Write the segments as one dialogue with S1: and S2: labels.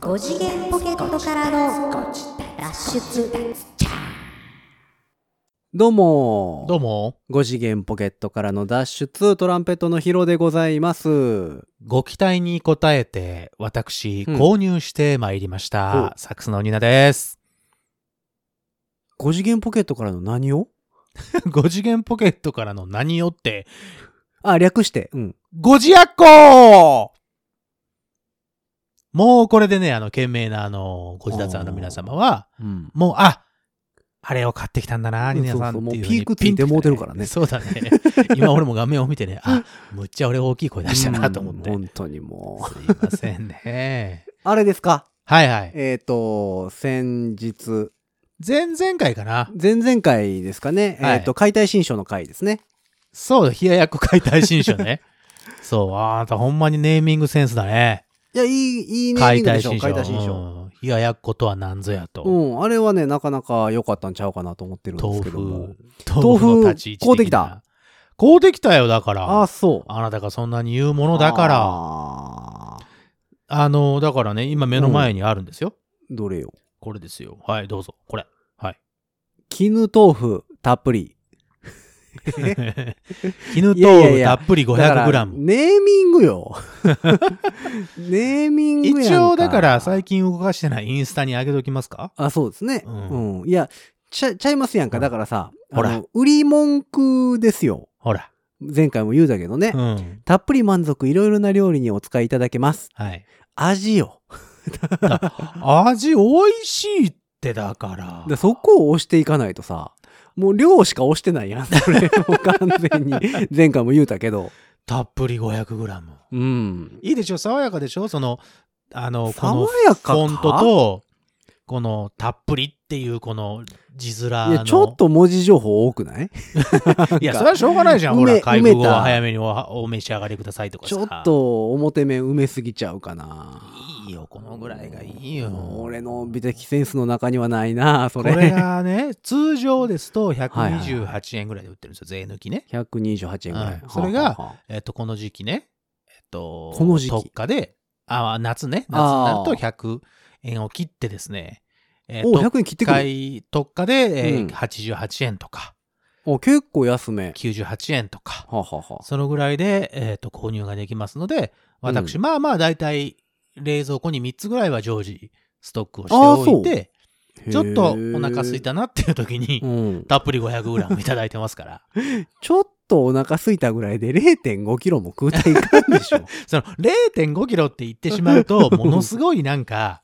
S1: 5次元ポケットからの脱出
S2: どうも
S3: どうも、
S2: 5次元ポケットからの脱出、トランペットのヒロでございます。
S3: ご期待に応えて、私、
S2: うん
S3: 購入してまいりまし
S2: ほう
S3: た。サックスのニナです。
S2: 5次元ポケットからの何を
S3: 5次元ポケットからの何よって、
S2: あ、略して。うん。
S3: ご自やっこもうこれでね、あの、懸命な、あの、ご自立あの皆様は、
S2: うん。
S3: もう、ああれを買ってきたんだな、
S2: うん
S3: ニナさん
S2: そうそう
S3: って
S2: もう
S3: いうふうに。
S2: ピークついてもうてるからね
S3: ピンってきてねそうだね。今俺も画面を見て ね、あ、むっちゃ俺大きい声出したなと思って。
S2: うん本当にもう。
S3: すいませんね。
S2: あれですか
S3: はいはい。
S2: えっ、と、先日、
S3: 前々回かな。
S2: 前々回ですかね。
S3: はい
S2: えっ、と、解体新書の回ですね。
S3: そうだ、冷ややっこ解体新書 ね。そう、あなたほんまにネーミングセンスだね。
S2: いや、いい、いいね。
S3: 解体新書。
S2: 解体新書。
S3: うん冷ややっことは何ぞやと。
S2: うん、あれはね、なかなか良かったんちゃうかなと思ってるんで
S3: 豆
S2: すけど
S3: 腐
S2: も。。
S3: 豆腐の立ち
S2: 豆
S3: 位置的な
S2: 腐買うてきた。
S3: 買うてきたよ、だから。
S2: あ
S3: あ
S2: あ、そう。
S3: なたがそんなに言うものだから。あ
S2: あー
S3: の、だからね、今目の前にあるんですよ。
S2: どれよ。
S3: これですよ。はい、どうぞ。これ。はい。
S2: 絹豆腐たっぷり。
S3: 絹
S2: いやいやい
S3: 豆腐
S2: や
S3: たっぷり
S2: だから
S3: 500グラム。
S2: ネーミング よ。ネーミングやんか
S3: 一応、だから最近動かしてないインスタに上げときますか
S2: あ、そうですね。う
S3: うんん。
S2: いや、ちゃ、ちゃいますやんか。
S3: うん
S2: だからさ、あ
S3: ほら
S2: の、売り文句ですよ。
S3: ほら。
S2: 前回も言うだけどね。
S3: うん。
S2: たっぷり満足いろいろな料理にお使いいただけます。
S3: はい。
S2: 味よ。
S3: 味美味しいってだから。
S2: でそこを押していかないとさ、もう量しか押してない やん。それもう完全に。前回も言うたけど。
S3: たっぷり 500g。
S2: うん。
S3: いいでしょ爽やかでしょその、あの、こ
S2: 爽
S3: の
S2: やか
S3: フ
S2: か
S3: ォントと、このたっぷりっていうこの字面
S2: い
S3: の。
S2: や、ちょっ。と文字情報多くない
S3: いや、それはしょうがないじゃん。
S2: 埋
S3: ほ
S2: め
S3: ら、開封後
S2: 埋めた
S3: は早めにおお召し上がりくださいとか
S2: ち
S3: さ。
S2: ょっ。と表面埋めすぎちゃうかな。
S3: いいよ、このぐらいがいいよ。
S2: 俺の美的センスの中にはないな、そ
S3: こ
S2: れ。
S3: れがね、通常ですと
S2: はいは
S3: 128円ぐらいで売ってるんですよ、税抜きね。
S2: 128円ぐらい。
S3: うんそれが
S2: はあはあはあ
S3: えっと、この時期ね、えっと、
S2: この時期
S3: 特価で、あ、夏ね、夏にな
S2: あー
S3: ると100円を切ってですね、えっ
S2: お
S3: と、
S2: 100円切ってくる。
S3: 回特価で、えー
S2: うん
S3: 88円とか、
S2: お結構安め。
S3: 98円とか、
S2: はあ、はあはあ
S3: そのぐらいで、えっと、購入ができますので、私、まあまあ、だいたい冷蔵庫に3つぐらいは常時ストックをしておいて、ちょっとお腹すい。たなっていう時
S2: へーう
S3: に、
S2: ん、
S3: たっぷり 500g いただいてますから、
S2: ちょっとお腹すいたぐらいで0.5キロも食うたらいかんでしょ。
S3: その0.5キロって言ってしま うと、ものすごいなんか、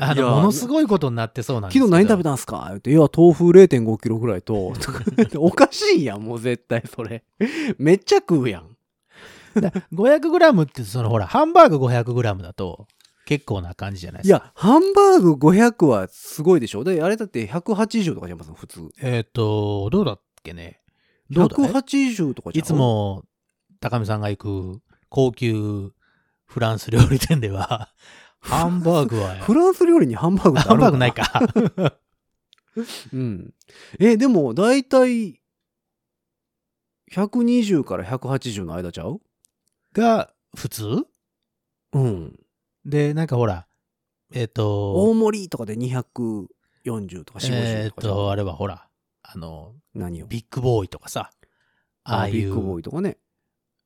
S3: あ
S2: いや
S3: の、ものすごいことになってそうなんですけ
S2: 昨
S3: ど。
S2: 日何食べたんすか言って、いや、豆腐0.5キロぐらいと、とか言っておかしいやん、もう絶対それ。めっちゃ食うやん。
S3: だ ?500 グラムって、そのほら、ハンバーグ500グラムだと、結構な感じじゃない
S2: い
S3: ですか。
S2: や、ハンバーグ500はすごいでしょ。で、あれだって180とかじゃいます普通。
S3: えっ、と、どうだっけね。どうだい
S2: 180とかじゃ
S3: い
S2: ん
S3: つも、高見さんが行く高級フランス料理店で は、ハンバーグは、
S2: フランス料理にハンバーグってあ
S3: ハ
S2: る
S3: ン
S2: の
S3: バーグない。か。
S2: うん。え、でも、だいたい、120から180の間ちゃう
S3: が、普通
S2: うん。
S3: で、なんかほら、え
S2: 大
S3: っ、と、
S2: 盛りとかで240とか
S3: え
S2: 450
S3: っ、
S2: とかじゃん。
S3: と、あれはほら、あの、
S2: 何を
S3: ビッグボーイとかさ、ああい
S2: ビッグボー
S3: う
S2: イとかね。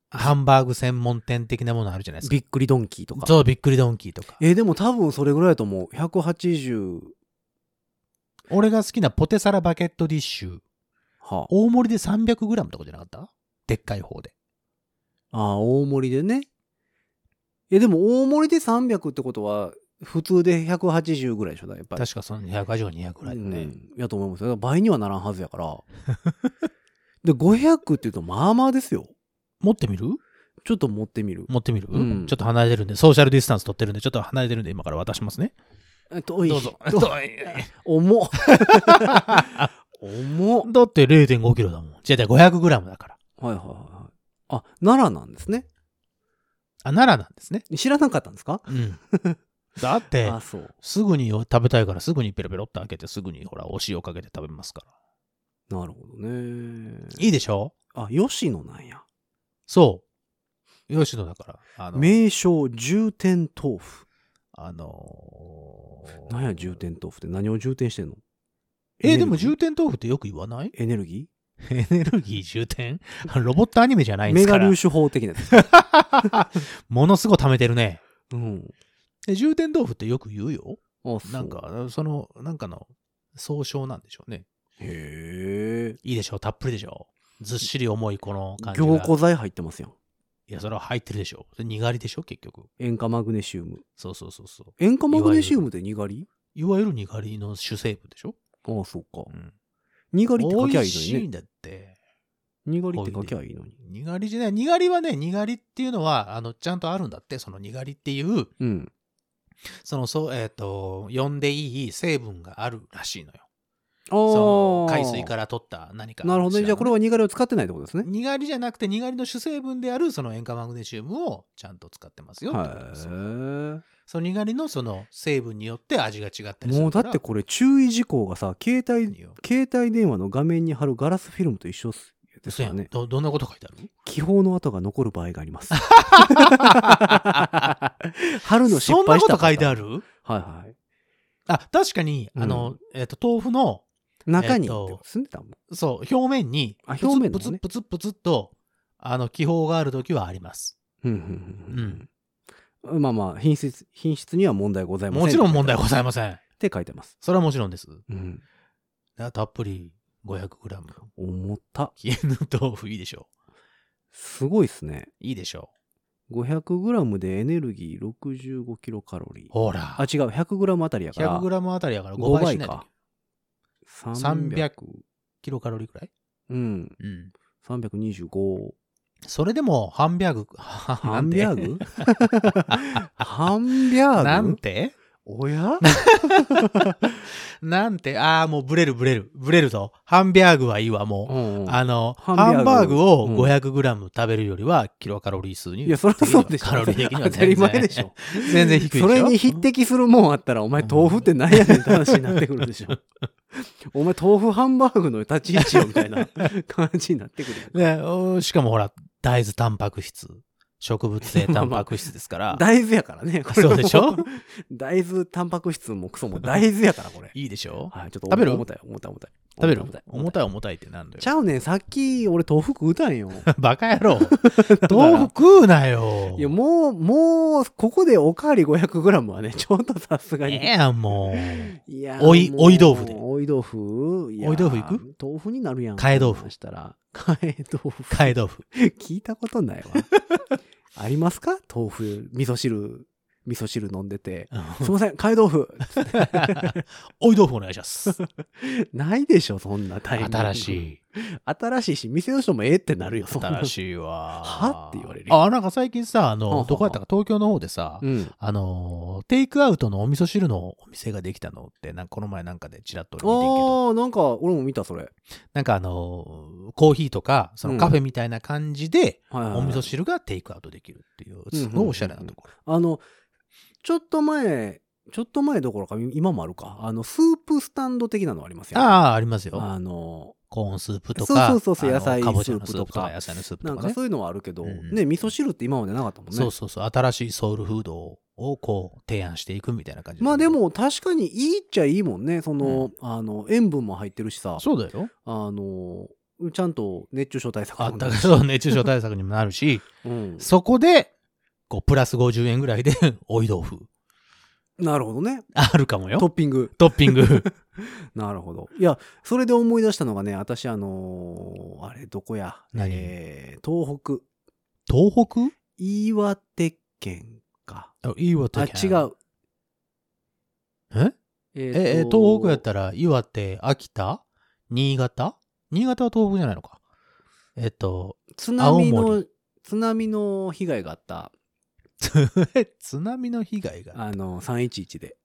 S3: ハンバーグ専門店的なものあるじゃないですか。
S2: びっくりドンキーとか。
S3: そう、びっくりドンキーとか。
S2: えーでも多分それぐらいだと思う。180、
S3: 俺が好きなポテサラバケットディッシュ、
S2: はあ、
S3: 大盛りで 300g とかじゃなかったでっかい方で。
S2: あー大盛りでね。え、でも大盛りで300ってことは、普通で180ぐらいでしょ、やっぱり。
S3: 確かその200以上200ぐらいだね。
S2: うんやと思いますよ。だから倍にはならんはずやから。 で、500っていうと、まあまあですよ。
S3: 持ってみる
S2: ちょっと持ってみる。
S3: 持ってみる、
S2: うん
S3: ちょっと離れてるんで、ソーシャルディスタンス取ってるんで、ちょっと離れてるんで、今から渡しますね。
S2: え遠い。
S3: どうぞ。
S2: 遠い 重っ。重っ。
S3: だって0.5キロだもん。違う違う、500g だから。
S2: はいはいはい。あ、奈良なんですね。
S3: あ、奈良なんですね。
S2: 知らなかったんですか
S3: うん。だって、
S2: あ、そう。
S3: すぐに食べたいからすぐにペロペロって開けてすぐにほらお塩かけて食べますから。
S2: なるほどね。
S3: いいでしょ
S2: あ、吉野なんや。
S3: そう。吉野だから。あの
S2: 名称、重点豆腐。
S3: あのー
S2: なんや、重点豆腐って何を充填してんの
S3: え、でも
S2: 重
S3: 重点豆腐ってよく言わない
S2: エネルギ
S3: エネルギー重点 ロボットアニメじゃな
S2: ー
S3: いんで
S2: メ
S3: すか
S2: ガ
S3: ら
S2: 粒。子法的なやつ。
S3: ものすごい溜めてるね。
S2: うん。
S3: で重点豆腐ってよく言うよ。
S2: あ、そう
S3: なん。か、その、なんかの総称なんでしょうね。
S2: へえ。
S3: いいでしょう、たっぷりでしょう。ずっしり重いこの感じが。
S2: 凝固剤入ってますやん。
S3: いや、それは入ってるでしょう。でにがりでしょ、結局。
S2: 塩化マグネシウム。
S3: そうそうそうそう。
S2: 塩化マグネシウムでにがり
S3: いわゆるにがりの主成分でしょ。
S2: ああ、そうか
S3: う。ん。
S2: にがりって書き
S3: 美
S2: ゃ
S3: 味
S2: いいの
S3: しい
S2: に
S3: ん
S2: ね。
S3: だって。
S2: にがりって書きゃいいのに。
S3: にがりじゃない。にがりはね、にがりっていうのは、あの、ちゃんとあるんだって。そのにがりっていう、
S2: うん。
S3: その、そう、えっ、と、呼んでいい成分があるらしいのよ。
S2: あ
S3: その
S2: あ。
S3: 海水から取った何か。
S2: なるほどね。じゃあこれはにがりを使ってないってことですね。
S3: にがりじゃなくて、にがりの主成分である、その塩化マグネシウムをちゃんと使ってますよってことです。
S2: は
S3: そのにがりのその成分によって味が違った
S2: い。
S3: りす
S2: も
S3: る
S2: うだ
S3: か
S2: っ
S3: ら。
S2: てこれ注意事項がさ、携帯、
S3: 何よ
S2: 携帯電話の画面に貼るガラスフィルムと一緒っすです
S3: 嘘
S2: か
S3: や
S2: ら
S3: ん、
S2: ね。
S3: ど、どんなこと書いてある
S2: 気泡の跡が残る場合があり ます。貼るの失
S3: そんな
S2: 敗し
S3: こ
S2: た
S3: と書いてあ
S2: る。
S3: る
S2: はいはい。
S3: あ、確かに、
S2: うん
S3: あの、えっ、と、豆腐の、
S2: 中に
S3: えっと
S2: 住んでたもん。
S3: そう、表面に、
S2: あ表面のね
S3: プツプツプツプツっと、あの、気泡があるときはあります。
S2: うんうん。まあまあ、品質、品質には問題ございません。
S3: もちろん問題
S2: っ
S3: ございません。
S2: て書いてます。
S3: それはもちろんです。
S2: うん。
S3: だたっぷり 500g。
S2: 重た。
S3: 絹豆腐いいでしょ
S2: すごいっすね。
S3: う。いいでしょ
S2: 500g でエネルギー65キロカロリー。
S3: う。ほら
S2: あ、。違う。100g あたりやから。
S3: 100g あたりやから5
S2: 5
S3: 倍
S2: 倍
S3: しないと
S2: か。300。
S3: キロカロリーくらい
S2: うん。
S3: うん。
S2: 325。
S3: それでも、ハンビャーグ、ハ
S2: ハンビャーグハンビャーグ
S3: なんて
S2: おや
S3: なんて、ああ、もうブレるブレる。ブレるぞ。ハンビャーグはいいわ、もう。
S2: うん
S3: あの、
S2: ハンビャー
S3: ハ
S2: グ
S3: ンバーグを
S2: うん
S3: 500g 食べるよりは、キロカロリー数に。
S2: いや、そりゃそうでしょ。
S3: カロリー的には
S2: 当たり前でしょ。。
S3: 全然低いでしょ。
S2: それに匹敵するもんあったら、お前豆腐って何やねんって話になってくるでしょ。お前豆腐ハンバーグの立ち位置よみたいな感じになってくる やん。
S3: ねおしかもほら、大豆タンパク質。植物性タンパク質ですから。
S2: 大豆やからね。これ
S3: そうで しょ
S2: 大豆タンパク質もクソも大豆やからこれ。
S3: いいでしょ
S2: はい、ちょっと
S3: 食べる
S2: 重たい重たい重たい。
S3: 食べる
S2: 重たい重
S3: 重
S2: たい。
S3: たい重たいってなんだよ
S2: ち。ゃうねん、さっき俺豆腐食うたんよ。
S3: バカ 野郎。豆腐食うなよ。
S2: いや、もう、もう、ここでおかわり 500g はね、 ちょっとさすが
S3: え
S2: に。
S3: えやん、も
S2: いや
S3: おい
S2: もう
S3: おい豆腐で
S2: おい豆腐いや
S3: おい豆腐いく
S2: 豆腐になるやん。
S3: 替え豆腐
S2: そしたら。替え豆腐。
S3: う。替え豆腐。
S2: 聞いたことないわ。 ありますか豆腐、味噌汁、味噌汁飲んで て。すいません、替え豆腐。
S3: おい豆腐お願いします。
S2: ないでしょ、そんなタイミング
S3: 新し。い。
S2: 新しいし、店の人もええってなるよ、そんな
S3: 新しいわ。
S2: はって言われるよ
S3: あ、なんか最近さ、あ
S2: はあは
S3: の
S2: あ、
S3: どこやったか、東京の方でさ、
S2: うん。
S3: あのー、テイクアウトのお味噌汁のお店ができたのって、なんかこの前なんかでちらっと
S2: あ
S3: 俺見てんけど、
S2: ー、なんか、俺も見た、それ。
S3: なんかあのー、コーヒーとか、そのカフェみたいな感じで、
S2: はいはい
S3: お
S2: はい
S3: 味噌汁がテイクアウトできるっていう、すごいおしゃれなところ。
S2: あの、ちょっと前、ちょっと前どころか、今もあるか。あの、スープスタンド的なのありますよ、
S3: ああ、ありますよ。
S2: あの、
S3: コーンスープとか、
S2: そうそうそうそう
S3: あの
S2: 野菜
S3: かぼちゃのスープ
S2: スープ
S3: と
S2: とか
S3: か、野菜のスープ
S2: な
S3: と
S2: ん
S3: か
S2: か
S3: ね
S2: そ。ういうのはあるけど、
S3: うん
S2: ね、味噌汁って今までなかったもんね。
S3: そうそうそう、新しいソウルフードをこう、提案していくみたいな感じ。
S2: まあで、も確かにいいっちゃいいもんね。その、あの、塩分も入ってるしさ、
S3: そうだよ。
S2: あの、ちゃんと熱中症対策
S3: あ
S2: も
S3: った
S2: なる
S3: か
S2: し
S3: そう、熱中症対策にもな るし、
S2: うん。
S3: そこで、こう、プラス50円ぐらいで、おい豆腐。
S2: なるほどね。
S3: あるかも
S2: トッ
S3: よ。
S2: ピング。
S3: トッピ ング。
S2: なるほど。いや、それで思い出したのがね、私あのーあれ、どこや。
S3: 何
S2: えー東北、
S3: 東北
S2: 岩手県か。
S3: あ岩手
S2: あ、違
S3: 県。う。
S2: う。
S3: え
S2: え
S3: え、え東北やったら、岩手、秋田、新潟新潟は東北じゃないのか。えっと、
S2: 津波
S3: 青
S2: の、津波の被害があった、
S3: 津波の被害が。
S2: あの、311で。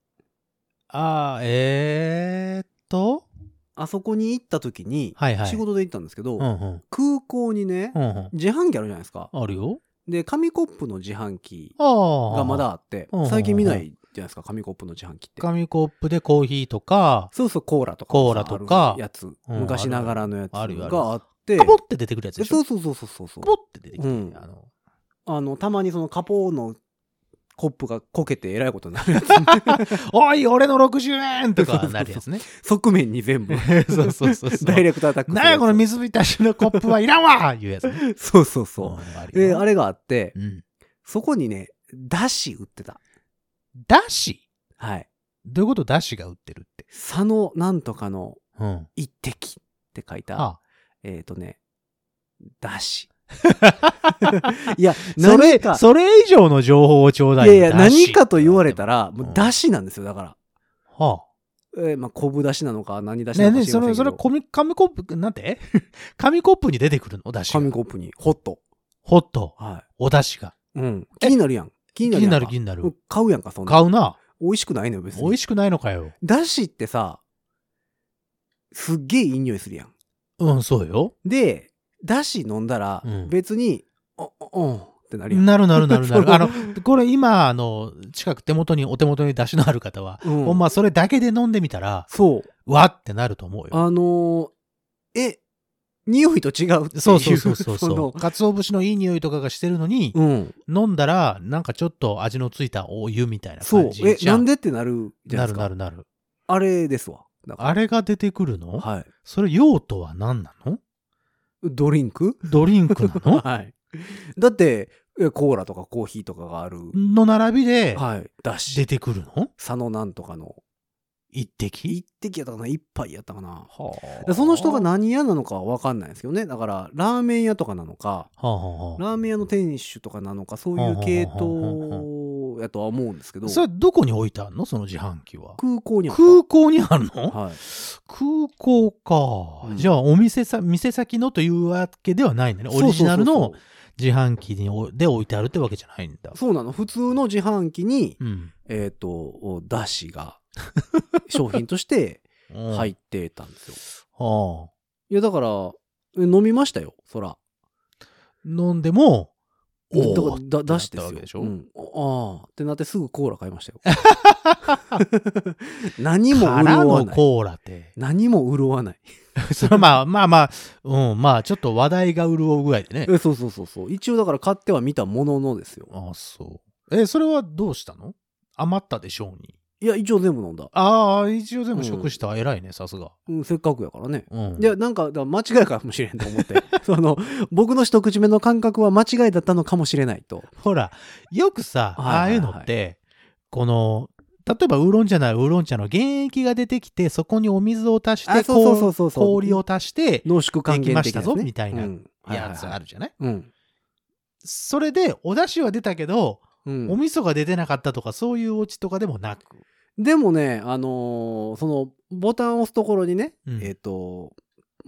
S3: ああ、えー、っと、
S2: あそこに行った時に、
S3: はいはい。
S2: 仕事で行ったんですけど、
S3: うんうん。
S2: 空港にね、
S3: うんうん。
S2: 自販機あるじゃないですか。
S3: あるよ。
S2: で、紙コップの自販機
S3: ああ。
S2: がま。だあって
S3: うんうんう、ん
S2: 最近見ないじゃないですか、紙コップの自販機って。
S3: 紙コップでコーヒーとか、
S2: そうそう、コーラとか。
S3: コーラと
S2: あ
S3: か
S2: るやつ。
S3: うん
S2: 昔ながらのやつが
S3: あるよある
S2: あって。
S3: カボって出てくるやつでし
S2: そ
S3: ょ
S2: うそうそうそうそう。
S3: カボって出てきて、
S2: うん
S3: あの、
S2: あの、たまにそのカポーのコップがこけてえらいことになるやつ。
S3: おい、俺の60円とかなるやつね。
S2: 側面に全部。
S3: そうそ うそうそう。
S2: ダイレクトアタックする
S3: なん
S2: や
S3: や
S2: つ
S3: この水浸しのコップはいらんわいうやつね。。
S2: そうそうそう
S3: あ
S2: う。で、あれがあって、
S3: うん。
S2: そこにね、だし売ってた。
S3: だし
S2: はい。
S3: どういうことだしが 売ってるって。
S2: 佐野なんとかの
S3: うん。
S2: 一滴って書いた、
S3: あ
S2: えっ、とね、だし。いや、
S3: そ
S2: 何
S3: れ
S2: か、、
S3: それ以上の情報をちょうだ
S2: い
S3: いよ。
S2: やいや、
S3: だし
S2: 何かと言われたら、
S3: ん
S2: もうだしなんですよ、だから。
S3: は
S2: えーまあ、昆布だしなのか、何だ
S3: あ、
S2: し
S3: ね
S2: な
S3: え
S2: のか
S3: ねえ、
S2: 知り
S3: そ
S2: ません
S3: れ、
S2: けど。
S3: それ、紙、紙コップ、なんて 紙コップに出てくるのだしが。
S2: 紙コップに、ホット。
S3: ホット、
S2: は
S3: おだしが。
S2: い。うん。気になるやん。気
S3: 気
S2: になる
S3: に
S2: や
S3: なんる
S2: か。
S3: 気になる
S2: うん。買うやんか、そんな
S3: 買
S2: ん。
S3: うな。
S2: 美味しくないのよ、別に。
S3: 美味しくないのかよ。
S2: だしってさ、すっげえいい匂いするやん。
S3: うん、そうよ。
S2: で、だし飲んだら
S3: うん、
S2: 別に、お、お、おんってなるやん。
S3: なるなるなるな
S2: そ
S3: る。
S2: の
S3: あの、これ今、あの、近く手元に、お手元に出汁のある方は、
S2: うん
S3: ほんまそれだけで飲んでみたら、
S2: そう。
S3: わってなると思うよ。
S2: あのーえ、匂いと違うっていう。
S3: そうそうそうそうそ
S2: の
S3: う。かつお節のいい匂いとかがしてるのに、
S2: うん。
S3: 飲んだら、なんかちょっと味のついたお湯みたいな
S2: そう
S3: 感。じ
S2: え、
S3: じゃ
S2: なん
S3: ん。
S2: でってなるじゃなで
S3: ないる
S2: す
S3: な
S2: か。
S3: るなる。
S2: あれですわ。だか
S3: あれが出てくるの、
S2: らはい。
S3: それ用途は何なの
S2: ドリンク
S3: ドリンクなの
S2: はい。だって、えコーラとかコーヒーとかがある。
S3: の並びで
S2: はい。だし
S3: 出、てくるの
S2: 佐野なんとかの、
S3: 一滴
S2: 一滴やったかな一杯やったかな。でその人が
S3: は
S2: 何屋なのかは分かんないですけどね。だから、ラーメン屋とかなのか、
S3: あはあはあ
S2: ラーメン屋の店主とかなのか、そういう系統やとは思うんですけど、
S3: それ
S2: 空
S3: どこに置いてあるのその自販機は。
S2: 港には。
S3: 空港にあるの、
S2: はい。
S3: 空港か、
S2: うん
S3: じゃあお店さ店先のというわけではないんだねオリジナル
S2: そうそう
S3: の
S2: そう
S3: 自販機におで置いてあるってわけじゃないん
S2: そ
S3: だ
S2: うそうなの普通の自販機に、
S3: うん
S2: えっ、とだしが商品と して入
S3: い
S2: ってたんですよ
S3: ああ
S2: いやだからえ飲みましたよそら
S3: 飲んでもお
S2: だ
S3: お
S2: からだ出しです
S3: ってなったわけ
S2: よ
S3: でしょ
S2: うん、ああってなってすぐコーラ買いま したよ 何も
S3: か
S2: 潤
S3: ら
S2: わ
S3: の
S2: ない
S3: コーラって
S2: 何も潤わない
S3: それはまあまあまあうんまあちょっと話題が潤うぐらいでね
S2: えそうそうそうそう一応だから買っては見たもののですよ
S3: ああそうえそれはどうしたの余ったでしょうに
S2: いや一応全部飲んだ、
S3: ああ一応でも食した、偉いねさすが
S2: うん、せっかくやからね
S3: うん
S2: いやなんかだから間違いかもしれんと思って その僕の一口目の感覚は間違いだったのかもしれないと
S3: ほら、よくさ、あ
S2: は
S3: あ
S2: いはいいうはい
S3: のって、この、例えばウーロン茶ならウーロン茶の原液が出てきて、そこにお水を足して、
S2: あそうそうそうそうそう
S3: こう氷を足して、
S2: 濃縮還元的なやつね
S3: できましたぞみたい
S2: う
S3: な
S2: ん
S3: やつあるじゃない
S2: はいはいはい
S3: それで、お出汁は出たけど、
S2: うん、
S3: お味噌が出てなかったとか、そういうオチとかでもなく。
S2: うん、でもねあのーそのボタンを押すところにね、
S3: うん
S2: えっ、と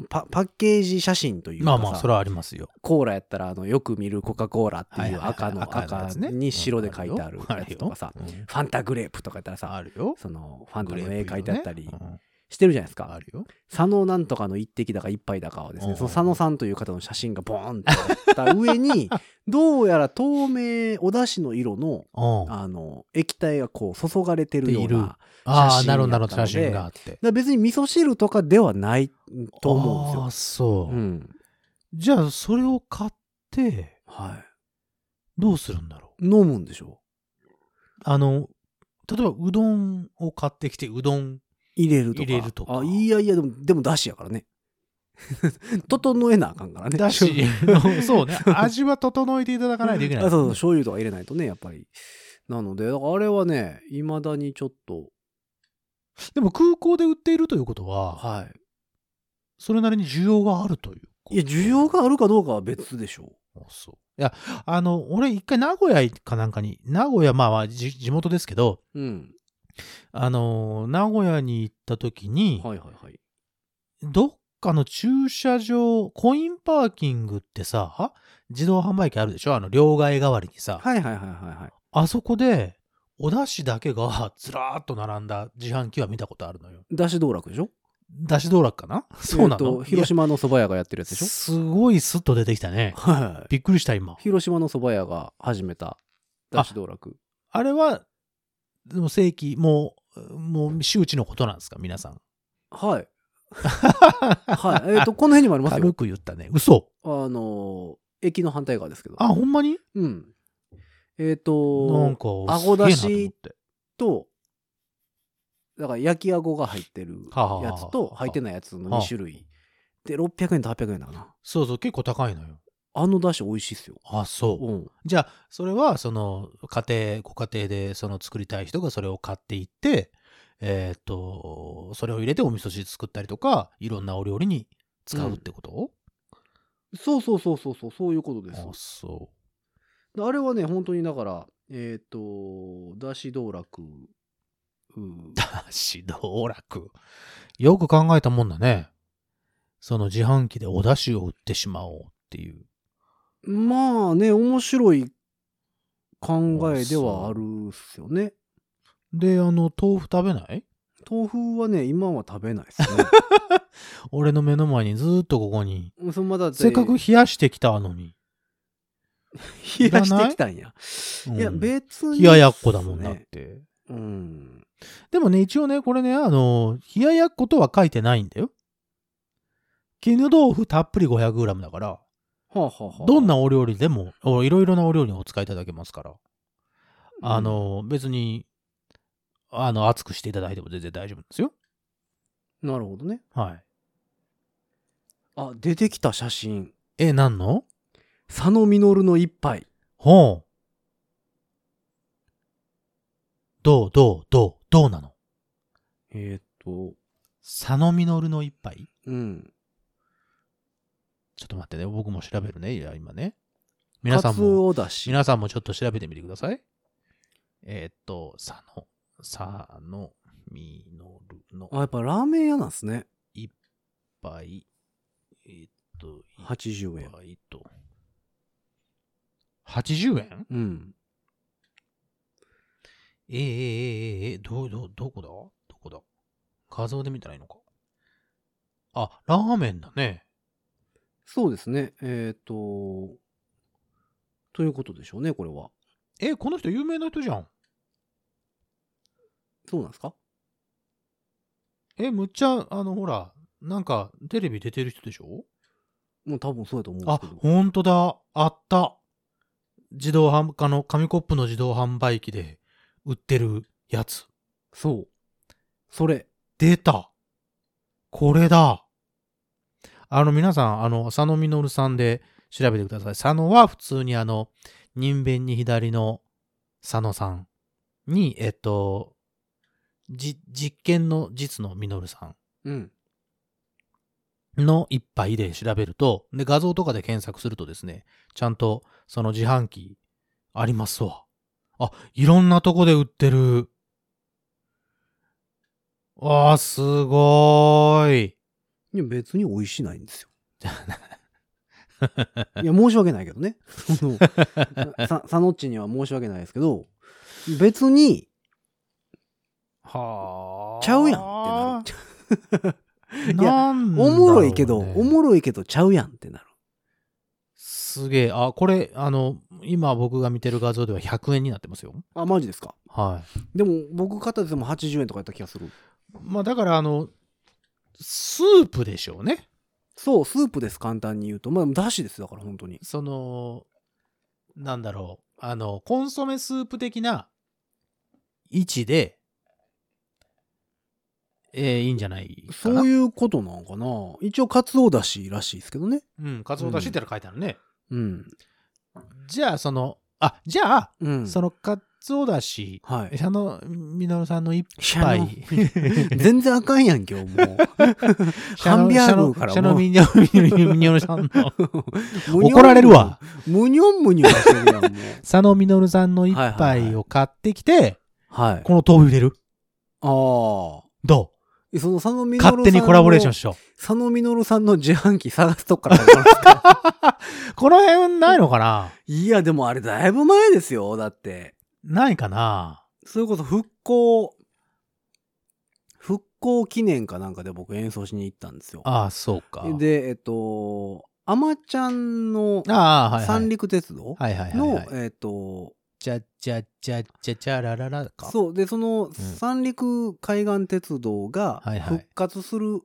S2: パパッケージ写真というか
S3: まあ
S2: さ、
S3: まあ、それはありますよ。
S2: コーラやったらあのよく見るコカ・コーラって
S3: はい
S2: い
S3: は
S2: う
S3: いはい
S2: 赤の
S3: 赤のや
S2: 赤
S3: つね
S2: に白で書いてある
S3: うん
S2: やつとかさ、
S3: あるよ
S2: ファンタグレープとかやったら
S3: うん
S2: さ
S3: あるよ。
S2: そのファンタ
S3: グレ
S2: の
S3: ー
S2: 絵
S3: プ
S2: 描いてあったり
S3: 色ね
S2: してるじゃないです
S3: うん
S2: か
S3: あ。るよ。
S2: 佐野なんとかの一滴だか一杯だかはです
S3: う
S2: ね、
S3: ん
S2: その佐野さんという方の写真がボーンってあった上に、 どうやら透明お出汁の色の、
S3: うん
S2: あの、液体がこう注がれてるよう
S3: ってい
S2: な、
S3: る
S2: だか
S3: ああ、
S2: 写真
S3: なるほど、なるほど、
S2: や
S3: 写
S2: ったので
S3: 真があって。
S2: ら別に味噌汁とかではないと思うん
S3: ああ、
S2: です
S3: そ
S2: よ。
S3: う。
S2: うん。
S3: じゃあ、それを買って、
S2: は
S3: どうするんだろう
S2: い。飲むんでしょ
S3: あの、例えばうどんを買ってきて、うどん、
S2: 入れるとか。
S3: 入れるとか
S2: あ、いやいや、でも、でも出汁やからね。 整えなあかんからね。
S3: だし、そうね、味は整えていただかないといけない。
S2: あそうそう醤油とか入れないとねやっぱりなのでだからあれはねいまだにちょっと
S3: でも空港で売っているということは、
S2: はい
S3: それなりに需要があるということ。
S2: いや、需要があるかどうかは別でしょ
S3: あそう。いや、あの、俺一回名古屋かなんかに、名古屋、まあまあじ地元ですけど、
S2: う。うん。
S3: あの、名古屋に行った時に、
S2: はいはいはい。
S3: どっかの駐車場、コインパーキングってさ、自動販売機あるでしょあの、両替代わりにさ。
S2: はいはいはいはいはい。
S3: あそこで、お出汁だけがずらーっと並んだ自販機は見たことあるのよ。
S2: だし道楽でしょ
S3: 出汁道楽かなそうな
S2: えー
S3: の、
S2: と広島の蕎麦屋がやってるや
S3: い
S2: つ
S3: や
S2: でし
S3: すごいスッと出てきたね
S2: ょ。はい。
S3: びっくりした今。
S2: 広島の蕎麦屋が始めただし道楽。
S3: あれは、でも正規、もう、もう周知のことなんですか皆さん。
S2: はい。 はい。えっ、と、この辺にもあります
S3: 軽
S2: よ。
S3: く言ったね。嘘。
S2: あのー駅の反対側ですけど。
S3: あ、ほんまに
S2: うん。えっ、
S3: なん
S2: と、
S3: か、
S2: 顎出し
S3: すげえなと思って
S2: と、だから焼きあごが入ってる
S3: はあはあ
S2: やつと入ってないやつの2種類。で、600円と800円だな。
S3: そうそう、結構高いのよ。
S2: あのだし美味しいっすよ。
S3: あ、そう。
S2: うん。
S3: じゃあ、それは、その、家庭、ご家庭で、その、作りたい人がそれを買っていって、えーっと、それを入れてお味噌汁作ったりとか、いろんなお料理に使うってこと、
S2: そうそうそうそうそう、そういうことです。
S3: あ、そ
S2: であれはね、本当にだから、えっ、と、だし道楽、うん
S3: う。だし、道楽。よく考えたもんだね。その、自販機でお出汁を売ってしまおうっていう。
S2: まあね、面白い考えではあるっすよね。
S3: で、あの、豆腐食べない
S2: 豆腐はね、今は食べないです ね。
S3: 俺の目の前にずーっとここに、
S2: うんそんまだって
S3: せっかく冷やしてきたのに。
S2: 冷やしてきたんや。
S3: うん
S2: いや、別に、
S3: 冷ややっこだもんなっ。て。
S2: うん。
S3: でもね、一応ね、これね、あの、冷ややっことは書いてないんだよ。絹豆腐たっぷり 500g だから、
S2: はあ、はあはあ、
S3: どんなお料理でも、おいろいろなお料理にお使いいただけますから、あの、別に、あの、熱くしていただいても全然大丈夫ですよ。
S2: なるほどね。
S3: はい。
S2: あ、出てきた写真。
S3: え、なんの
S2: 佐野実の一杯。
S3: ほう。どう、どう、どう、どうなの
S2: えーっと、
S3: 佐野実の一杯
S2: うん。
S3: ちょっと待ってね、僕も調べるね、いや今ね。皆さんも。
S2: 鰹だし。
S3: 皆さんもちょっと調べてみてください。えーっと、さの、さの、みのるの
S2: あ、、やっぱラーメン屋なんですね。
S3: いっぱい、えーっと、
S2: 80
S3: いっ
S2: 円。
S3: ぱいと。80円
S2: うん。
S3: えー、えー、えー、えー、どう、どう、どこだどこだ画像で見たらいいのか。あ、ラーメンだね。
S2: そうですね。えーっと、ということでしょうね、これは。
S3: え、この人有名な人じゃん。
S2: そうなんですか
S3: え、むっちゃ、あの、ほら、なんか、テレビ出てる人でしょ
S2: もう多分そうやと思うんで
S3: あ
S2: すけ、ど。
S3: ほんとだ。あった。自動販、あの、紙コップの自動販売機で売ってるやつ。
S2: そう。それ。
S3: 出た。これだ。あの、皆さん、あの、佐野実さんで調べてください。佐野は普通にあの、人弁に左の佐野さんに、えっと、じ、実験の実の実さん。
S2: うん。
S3: の一杯で調べると、で、画像とかで検索するとですね、ちゃんとその自販機ありますわ。あ、いろんなとこで売ってる。あー、すごーい。
S2: いや、別に美味しないん ですよ。いや、申し訳ないけどね。そ の、さ、さのっちには申し訳ないですけど、別に、
S3: は
S2: ちゃうやんってなる。
S3: る。なんだろう
S2: お
S3: ね
S2: もろいけど、おもろいけどちゃうやんってなる。
S3: すげえ。あ、これ、あの、今僕が見てる画像では100円になってますよ。
S2: あ、マジですか。
S3: はい。
S2: でも、僕買ったやつでも80円とかやった気がする。
S3: まあ、だから、あの、スープでしょうね。
S2: そう、スープです、簡単に言うと。まあ、だしです、だから、本当に。
S3: その、なんだろう、あの、コンソメスープ的な位置で、えーいいんじゃないかな。
S2: そう
S3: う。
S2: いうことなんかな。一応、かつおだしらしいですけどね。
S3: うん、かつおだしっての書いてあるね。
S2: うん。
S3: じゃあ、その、あ、じゃあ、
S2: うん。
S3: そのかつおだし、
S2: はい。
S3: あの、みのるさんの一
S2: シャノ
S3: 杯、
S2: 全然あかんやん、今日 もう。ハンビャーグから
S3: シャノ
S2: もう
S3: みのみのるさんの、
S2: むにょん
S3: 怒られるわ。。
S2: むにょんむにょんしてるやん、もう。
S3: 佐野みのるさんの一
S2: はいはいはい
S3: 杯を買ってきて、
S2: はい。
S3: この豆腐入れる
S2: ああ。
S3: ど
S2: えその佐野実
S3: う勝手にコラボレーションしよう。
S2: 佐野実さんの自販機探すとこから始まるんですか
S3: この辺ないのかない
S2: や、でもあれだいぶ前ですよ。だって。
S3: ないかな
S2: それこそ復興、復興記念かなんかで僕演奏しに行ったんですよ。
S3: ああ、そうか。
S2: で、えっと、あまちゃんの
S3: ああ、はい、はい。
S2: 三陸鉄道
S3: はいはいはい、
S2: の、
S3: はい。
S2: えっと、
S3: じゃじゃじゃじゃじゃらららか。
S2: そう。で、その三陸海岸鉄道が
S3: はいはい
S2: 復活する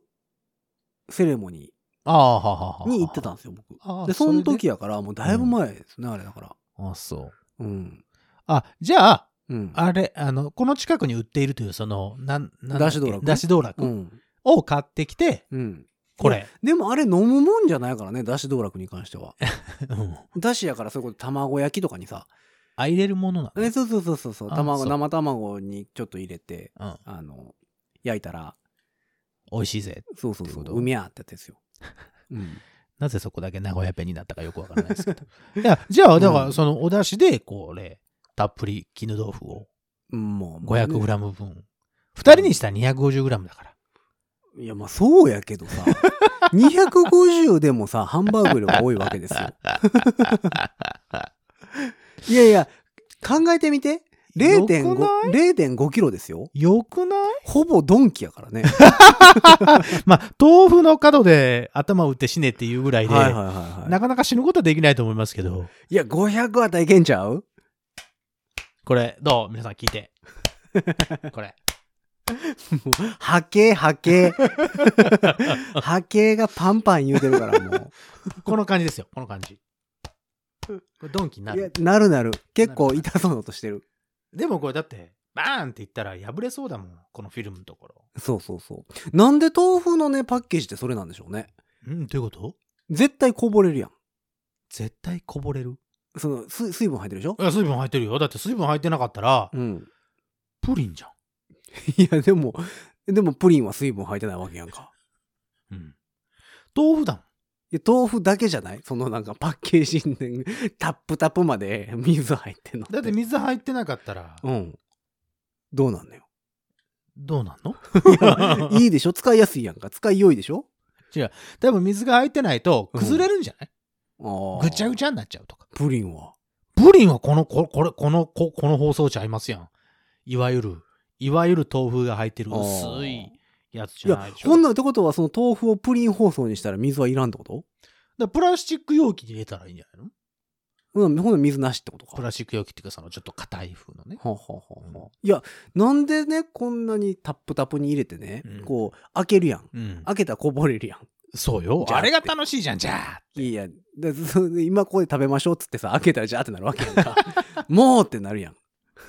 S2: セレモニ
S3: ああ、ははは
S2: ーに行ってたんですよ、僕。
S3: ああ
S2: で、その時
S3: れ
S2: やから、もうだいぶ前ですね、あれだから。
S3: でああ、そう。
S2: うん。
S3: あ、じゃあ、
S2: うん。
S3: あれ、あの、この近くに売っているという、その、なん、なんだ
S2: だ
S3: っけ
S2: し道楽
S3: だし道楽
S2: うん。
S3: を買ってきて、
S2: うん。
S3: これ。
S2: でもあれ飲むもんじゃないからね、だし道楽に関しては。
S3: うん
S2: だしやからそういうこと卵焼きとかにさ。
S3: あ、入れるものなの
S2: えそうそうそうそうそう。
S3: あ
S2: 卵、
S3: そう
S2: 生卵にちょっと入れて、
S3: うん。
S2: あの、焼いたら、
S3: 美味しいぜ。
S2: そうそう
S3: って
S2: そ
S3: こ
S2: う。
S3: と
S2: うみゃーってやつです よ。うん。
S3: なぜそこだけ名古屋弁になったかよくわからないですけど。いや、じゃあ、だか
S2: う
S3: ら、
S2: ん
S3: その、お出汁で、これ、たっぷり絹豆腐を
S2: うんもう。ム。
S3: 500g 分。二人にしたら 250g だから。
S2: いや、まあそうやけど さ。250でもさ、ハンバーグ量が多いわけ ですよ。いやいや、考えてみて。
S3: よくな
S2: 0.5、0.5キロですよ。
S3: よくない
S2: ほぼドンキやからね。
S3: まあ、豆腐の角で頭を打って死ねっていうぐらいで、
S2: はいはいはいは
S3: なかなか死ぬことはできないと思いますけど、
S2: い。いや、500は大変ちゃう
S3: これ、どう皆さん聞い て。これ。
S2: 波形、波形。波形がパンパン言うてるからも
S3: この感じですよ。この感じ。これドンキにな
S2: う。いや
S3: る。、
S2: なるなる。結構痛そうな音してる。
S3: でもこれだって、バーンって言ったら破れそうだもん。このフィルムのところ。
S2: そうそうそう。なんで豆腐のね、パッケージってそれなんでしょうね。
S3: うん、どういうこと
S2: 絶対こぼれるやん。
S3: 絶対こぼれる。
S2: その、水水分入ってるでしょ
S3: いや、水分入ってるよ。だって水分入ってなかったら、
S2: うん。
S3: プリンじゃん。
S2: いや、でも、でもプリンは水分入ってないわけやんか。
S3: うん。豆腐だもん。
S2: いや豆腐だけじゃないそのなんかパッケージに、タップタップまで水入ってんの。
S3: だって、水入ってなかったら、
S2: うん。どうなんだよ。
S3: どうなんの
S2: い やいいでしょ使いやすいやんか。使い良いでしょ
S3: 多分水が入ってないと崩れるんじゃない、
S2: ああ。
S3: ぐちゃぐちゃになっちゃうとか。
S2: プリンは。
S3: プリンはこの、ここれ、この、ここの包装ちゃいますやん。いわゆる、いわゆる豆腐が入ってる
S2: あー
S3: 薄いやつ
S2: い
S3: じゃな
S2: や
S3: いで、しょ。
S2: ほんならってことは、その豆腐をプリン包装にしたら水はいらんってこと
S3: だからプラスチック容器に入れたらいいんじゃないの
S2: ほんならほんなら水なしってことか。
S3: プラスチック容器っていうか、そのちょっと硬い風のね。
S2: はあはあはあはあいや、なんでね、こんなにタップタップに入れてね、
S3: うん
S2: こう、開けるやん。
S3: うん。
S2: 開けたらこぼれるやん。
S3: そうよ。
S2: じゃあ
S3: あれが楽しいじゃん、じゃあ。
S2: いや、だそ 今ここで食べましょうっつってさ、開けたらジャーってなるわけやんか。 もうってなるやん。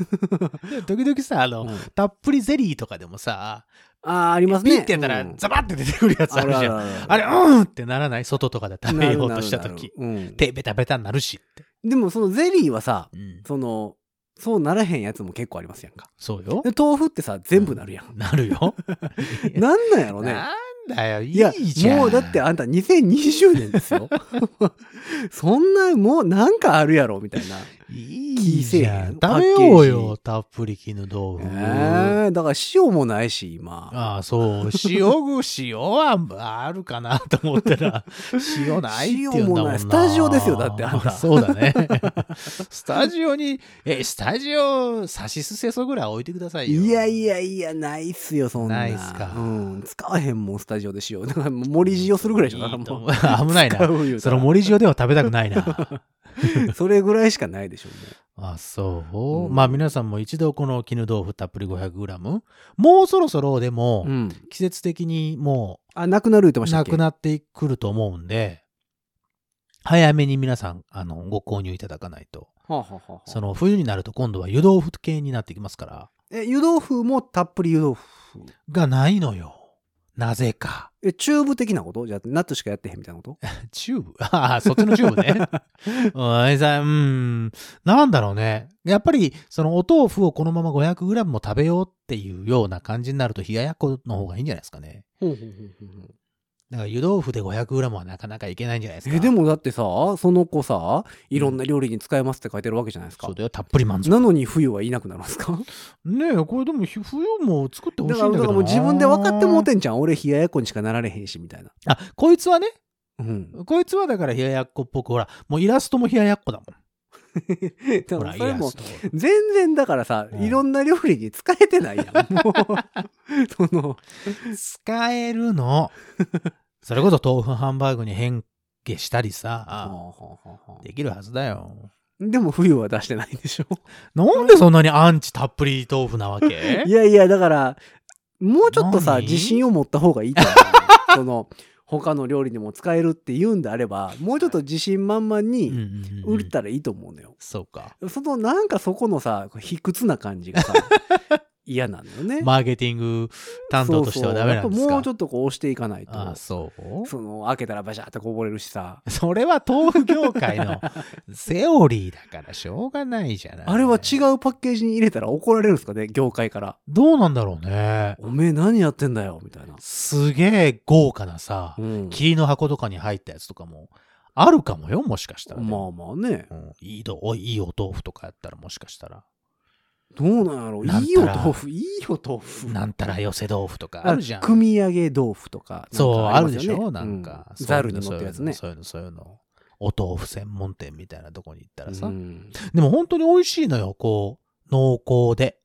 S3: で時々さ、あの、
S2: うん
S3: たっぷりゼリーとかでもさ、
S2: あー、あります
S3: ピ
S2: ね。
S3: ッてやったら
S2: うん
S3: ザバッて出てくるやつあるじゃん。あ
S2: あ
S3: れ、うんってならない外とかで食べようとした時。
S2: なるなるなる
S3: 手ベタベタになるしって。
S2: うんでもそのゼリーはさ、
S3: うん。
S2: その、そうならへんやつも結構ありますやんか。
S3: そうよ。
S2: で、豆腐ってさ、全部なるやん。
S3: なる よ。
S2: なんなんやろね。
S3: なんだよ、い
S2: いや
S3: いじゃん。
S2: もうだってあんた2020年ですよ。 そんな、もうなんかあるやろ、みたいな。
S3: いいじゃん。
S2: 気せえへん
S3: 食べよう
S2: パッケー
S3: よ、たっぷり絹豆腐。
S2: えー、だから塩もないし、今。
S3: ああ、そう。塩具、塩はあるかなと思った ら、塩ないっていうんだもん
S2: 塩もないスタジオですよだってあんた
S3: そうだね。 スタジオに、え、スタジオ、さしすせそぐらい置いてくださいよ。
S2: いやい。やいや、ないっすよ、そんな。
S3: ないっすか
S2: うん。使わへんもん、スタジオで塩。だからもう盛り塩するぐらいでしょ。だから
S3: いいと
S2: も
S3: 思
S2: う
S3: う 危ない
S2: 使
S3: な。
S2: うよ。
S3: その森塩では食べたくないな。
S2: それぐらいしかないでしょ、
S3: あ、そう。
S2: うん
S3: まあ皆さんも一度この絹豆腐たっぷり 500g。もうそろそろで
S2: も
S3: も、
S2: う。うん。
S3: 季節的にも
S2: あ、なくなる言ってま
S3: う
S2: した
S3: な
S2: っけ
S3: くなってくると思うんで、早めに皆さん、あの、ご購入いただかないと。
S2: はあはあはあはあ
S3: その冬になると今度は湯豆腐系になってきますから。
S2: え、湯豆腐もたっぷり湯豆腐。
S3: がないのよ。なぜか。
S2: え、チューブ的なことじゃあ、ナットしかやってへんみたいな こと
S3: チューブああ、そっちのチューブね。うんさ、うん、なんだろうね。やっぱり、そのお豆腐をこのまま 500g も食べようっていうような感じになると冷ややっこの方がいいんじゃないですかね。
S2: ほうほうほうほうほう
S3: だから湯豆腐で 500g はなかなかいけないんじゃないですか。
S2: えでもだってさその子さいろんな料理に使えますって書いてるわけじゃないですか
S3: そう、だよ、たっぷり満足。
S2: なのに冬はいなくなるんですか
S3: ねえ、これでもひ冬も作ってほ
S2: だ
S3: し
S2: か
S3: いんだ
S2: らだか
S3: けどな
S2: らもう自分で分かってもうてんじゃん俺冷ややっこにしかなられへんしみたいな
S3: あ、こいつはね、
S2: うん
S3: こいつはだから冷ややっこっぽく、ほら、もうイラストも冷ややっこだもん。
S2: だか
S3: ほ、
S2: らら
S3: イ
S2: それ
S3: ラ
S2: も
S3: スト。
S2: 全然だからさ
S3: うん
S2: いろんな料理に使えてないやん もうその
S3: 使えるの。それこそ豆腐ハンバーグに変化したりさ、できるはずだよ。
S2: でも冬は出してないでしょ
S3: なんでそんなにアンチたっぷり豆腐なわけ
S2: いやいやだからもうちょっとさ
S3: 何
S2: 自信を持った方がいいと思うその他の料理にも使えるって言うんであればもうちょっと自信満々
S3: うんう
S2: に
S3: んうんうん
S2: 売ったらいいと思うのよ。
S3: そうか。
S2: そのなんかそこのさ卑屈な感じが さ嫌なのよね。
S3: マーケティング担当としてはダメな
S2: そ
S3: んです
S2: うそうやっぱ
S3: か
S2: もうちょっとこう押していかないと
S3: あそう
S2: その開けたらバシャーってこぼれるしさ
S3: それは豆腐業界 のセオリーだからしょうがないじゃない。
S2: あれは違うパッケージに入れたら怒られるんですかね業界から
S3: どうなんだろうね。
S2: 「おめえ何やってんだよ」みたいな。
S3: すげえ豪華なさ、
S2: うん、
S3: 霧の箱とかに入ったやつとかもあるかもよ、もしかしたらね、
S2: まあまあね
S3: うんいいどおいいいお豆腐とかやったらもしかしたら。
S2: どうなんやろ
S3: なんたら
S2: いいよ豆腐いいよ豆腐
S3: なんたら寄せ豆腐とかあるじゃん。
S2: 組み上げ豆腐とか
S3: そう、
S2: なんか
S3: あ
S2: り
S3: る
S2: ま
S3: ですし
S2: よね
S3: ょなんか。
S2: う
S3: そ
S2: ん
S3: うい
S2: ざ
S3: う
S2: る
S3: の
S2: に乗ったやつね
S3: そういうの、そういうの。そういうのお豆腐専門店みたいなとこに行ったらさ。
S2: うん
S3: でも本当に美味しいのよ、こう、濃厚で。